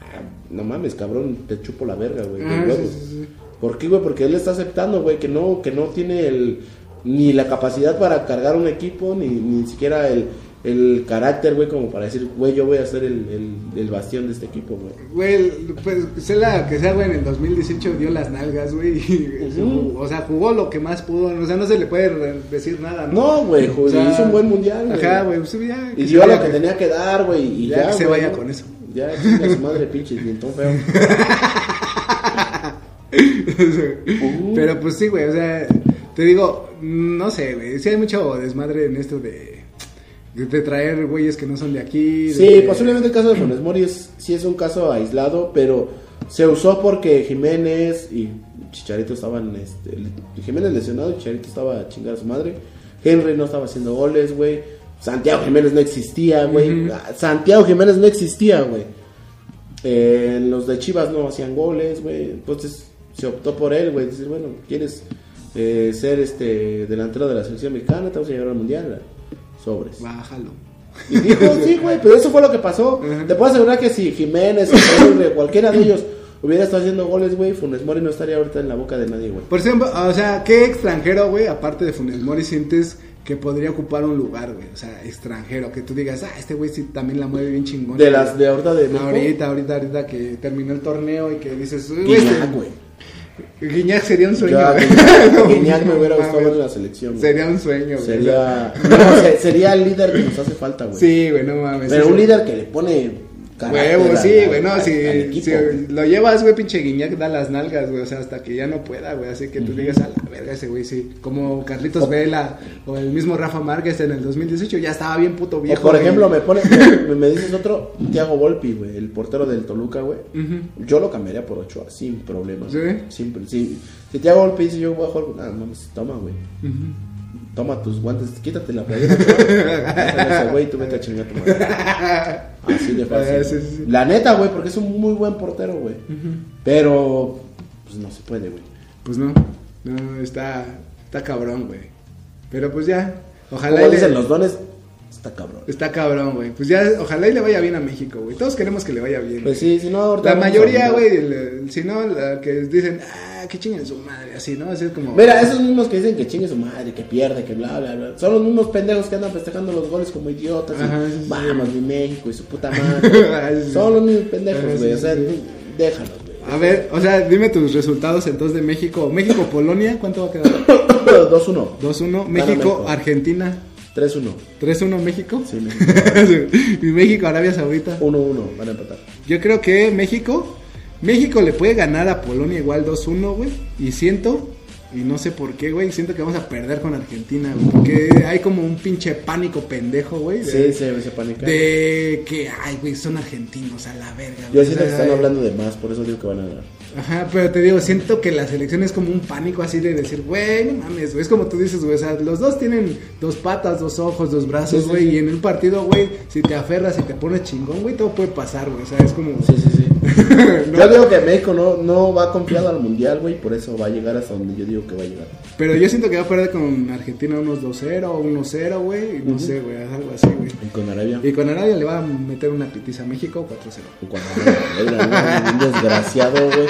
ah, no mames, cabrón, te chupo la verga, güey. de Ah, sí, huevos. sí, sí. ¿Por qué, güey? Porque él está aceptando, güey, que no, que no tiene el, ni la capacidad para cargar un equipo, ni, ni siquiera el, el carácter, güey, como para decir, güey, yo voy a ser el, el- el bastión de este equipo, güey. Güey, el- pues sea la que sea, güey, en el 2018 dio las nalgas, güey. y se Ujú. jugó- O sea, jugó lo que más pudo. O sea, no se le puede re- decir nada, ¿no? No, güey, joder, O sea, hizo un buen mundial, güey. Ajá, güey. pues, ya, Y se dio lo vaya, que güey. tenía que dar, güey, y Ya ya, que se güey, vaya ¿no? con eso. Ya, chinga su madre, pinche, y feo. Ujú. Pero pues sí, güey, o sea, te digo, no sé, güey, sí hay mucho desmadre en esto de, de, de traer güeyes que no son de aquí. de- Sí, posiblemente el caso de Funes Mori es, sí es un caso aislado, pero se usó porque Jiménez y Chicharito estaban, este, el- Jiménez lesionado y Chicharito estaba a chingar a su madre. Henry no estaba haciendo goles, güey. Santiago Jiménez no existía, güey. Ujú. Ah, Santiago Jiménez no existía, güey. Eh, los de Chivas no hacían goles, güey. Entonces, se optó por él, güey. Dices, bueno, quieres eh, ser este delantero de la selección mexicana, te vamos a llevar al mundial. güey. Sobres. Bájalo. Y dijo, sí, güey, pero eso fue lo que pasó. Te puedo asegurar que si Jiménez, Aguirre, cualquiera de ellos hubiera estado haciendo goles, güey, Funes Mori no estaría ahorita en la boca de nadie, güey. Por ejemplo, o sea, ¿qué extranjero, güey, aparte de Funes Mori, sientes que podría ocupar un lugar, güey? O sea, extranjero, que tú digas, ah, este güey sí también la mueve bien chingón. De las de ahorita de México. Ahorita, ahorita, ahorita que terminó el torneo y que dices, "Uy, Guiñac, este- güey. Guiñac sería un sueño. Ya, güey. Guiñac- No, Guiñac me hubiera mames. gustado ver en la selección, güey. Sería un sueño, güey. Sería, no, se- sería el líder que nos hace falta, güey. Sí, güey, no mames. Pero Sí, un sí. líder que le pone carácter Huevo, al- sí, güey, no, al- al si, equipo, si güey. lo llevas, güey, pinche Guiñac da las nalgas, güey, o sea, hasta que ya no pueda, güey, así que tú digas a la verga ese güey, sí, como Carlitos Vela o el mismo Rafa Márquez en el 2018, ya estaba bien puto viejo. O, por güey. ejemplo, me pone, me, me dices otro, Thiago Volpi, güey, el portero del Toluca, güey. Yo lo cambiaría por Ochoa, sin problema. ¿Sí? Sin, si, si Thiago Volpi dice yo voy a jugar, ah, mames, toma, güey. Toma tus guantes, quítate la playera. Ochoa. Pásale a ese güey, tú vete a chingar a tu madre. Así de fácil. Ah, sí, sí, sí. La neta, güey, porque es un muy buen portero, güey. Pero, pues no se puede, güey. Pues no, no, está, está cabrón, güey, pero pues ya, ojalá... Como y le- dicen los dones, está cabrón. Está cabrón, güey, pues ya, ojalá y le vaya bien a México, güey, todos queremos que le vaya bien. Pues sí, si no, ahorita La vamos a- mayoría, güey, el- el- si no, la que dicen, ah, que chingan su madre, así, ¿no? Así es como... Mira, esos mismos que dicen que chingue su madre, que pierde, que bla, bla, bla. Son los mismos pendejos que andan festejando los goles como idiotas. y, Ajá, sí, sí. Vamos, mi México y su puta madre. Sí, sí. Son los mismos Ajá, pendejos, sí, güey. O sea, sí, déjalos, güey. A ver, o sea, dime tus resultados entonces de México. México-Polonia, ¿cuánto va a quedar? 2-1. 2-1. México. México-Argentina. 3-1. 3-1 México. Sí, México. y México-Arabia Saudita. 1-1. Van a empatar. Yo creo que México. México le puede ganar a Polonia igual 2-1, güey. Y siento, y no sé por qué, güey, siento que vamos a perder con Argentina, güey. Porque hay como un pinche pánico pendejo, güey. Sí, De, se, se panica. de que, ay, güey, son argentinos, a la verga. Yo güey. siento O que sea, están hablando de más, por eso digo que van a ganar. Ajá, pero te digo, siento que la selección es como un pánico así de decir, güey, no mames, güey. Es como tú dices, güey, o sea, los dos tienen dos patas, dos ojos, dos brazos, Sí, sí, güey. sí. Y en un partido, güey, si te aferras y te pones chingón, güey, todo puede pasar, güey. O sea, es como. Sí, sí, sí. No, Yo digo que México no, no va confiado al mundial, güey. Por eso va a llegar hasta donde yo digo que va a llegar. Pero yo siento que va a perder con Argentina unos 2-0, 1-0, güey. y No sé, güey, algo así, güey. Y con Arabia. Y con Arabia le va a meter una pitiza a México 4-0. Y cuando un desgraciado, güey,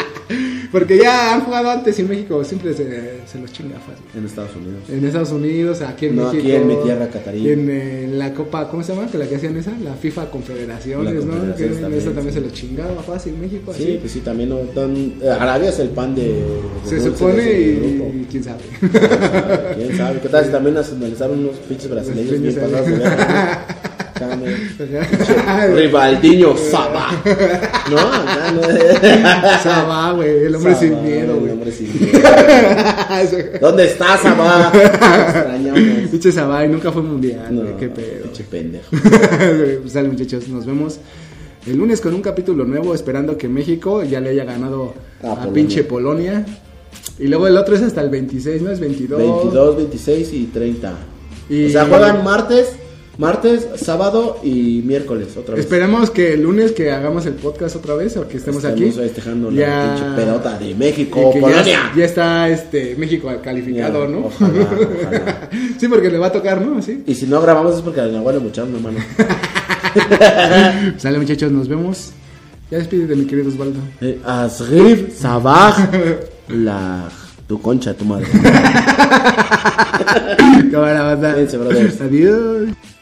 Porque ya han jugado antes y México siempre se, se los chinga fácil. en Estados Unidos. En Estados Unidos, aquí en No, México. aquí en mi tierra, Catarí. En eh, la Copa, ¿cómo se llama? Que la que hacían esa, la FIFA Confederaciones, ¿no? La Que Confederaciones en también, esa también sí. se lo chingaba fácil México, Sí, pues sí, también no tan... eh, Arabia es el pan de... de así. Se dulce supone de ese y grupo. quién sabe. ¿Quién sabe? ¿Qué tal si también nacionalizaron unos pinches brasileños bien pinches pasados de verga, güey? Cámara. O sea, Ribaldinho Sabá. No, acá no Sabá, güey, el hombre sin Sabá, miedo, el güey. hombre sin miedo. ¿Dónde está Sabá? Extrañamos. Pinche Sabá y nunca fue mundial, güey, No, qué pedo. pinche pendejo. pues sale muchachos, nos vemos el lunes con un capítulo nuevo, esperando que México ya le haya ganado A a, Ah, Polonia. pinche Polonia. Y luego el otro es hasta el 26, ¿no? Es 22. 22, 26 y 30. Y- O sea, juegan martes, martes, sábado y miércoles otra vez. Esperemos que el lunes que hagamos el podcast otra vez o que estemos Este, aquí. festejando ya- la pinche pedota de México, y que Polonia. ya, ya está este México calificado, Ya, ¿no? ojalá, ojalá. sí, porque le va a tocar, ¿no? Así. Y si no grabamos es porque la Nahual le mucharon, hermano. Sale muchachos, nos vemos. Ya despídete, mi querido Osvaldo. Eh, Asrif Sabaj la tu concha, tu madre. Cámara, banda. Cuídense, brothers. Adiós.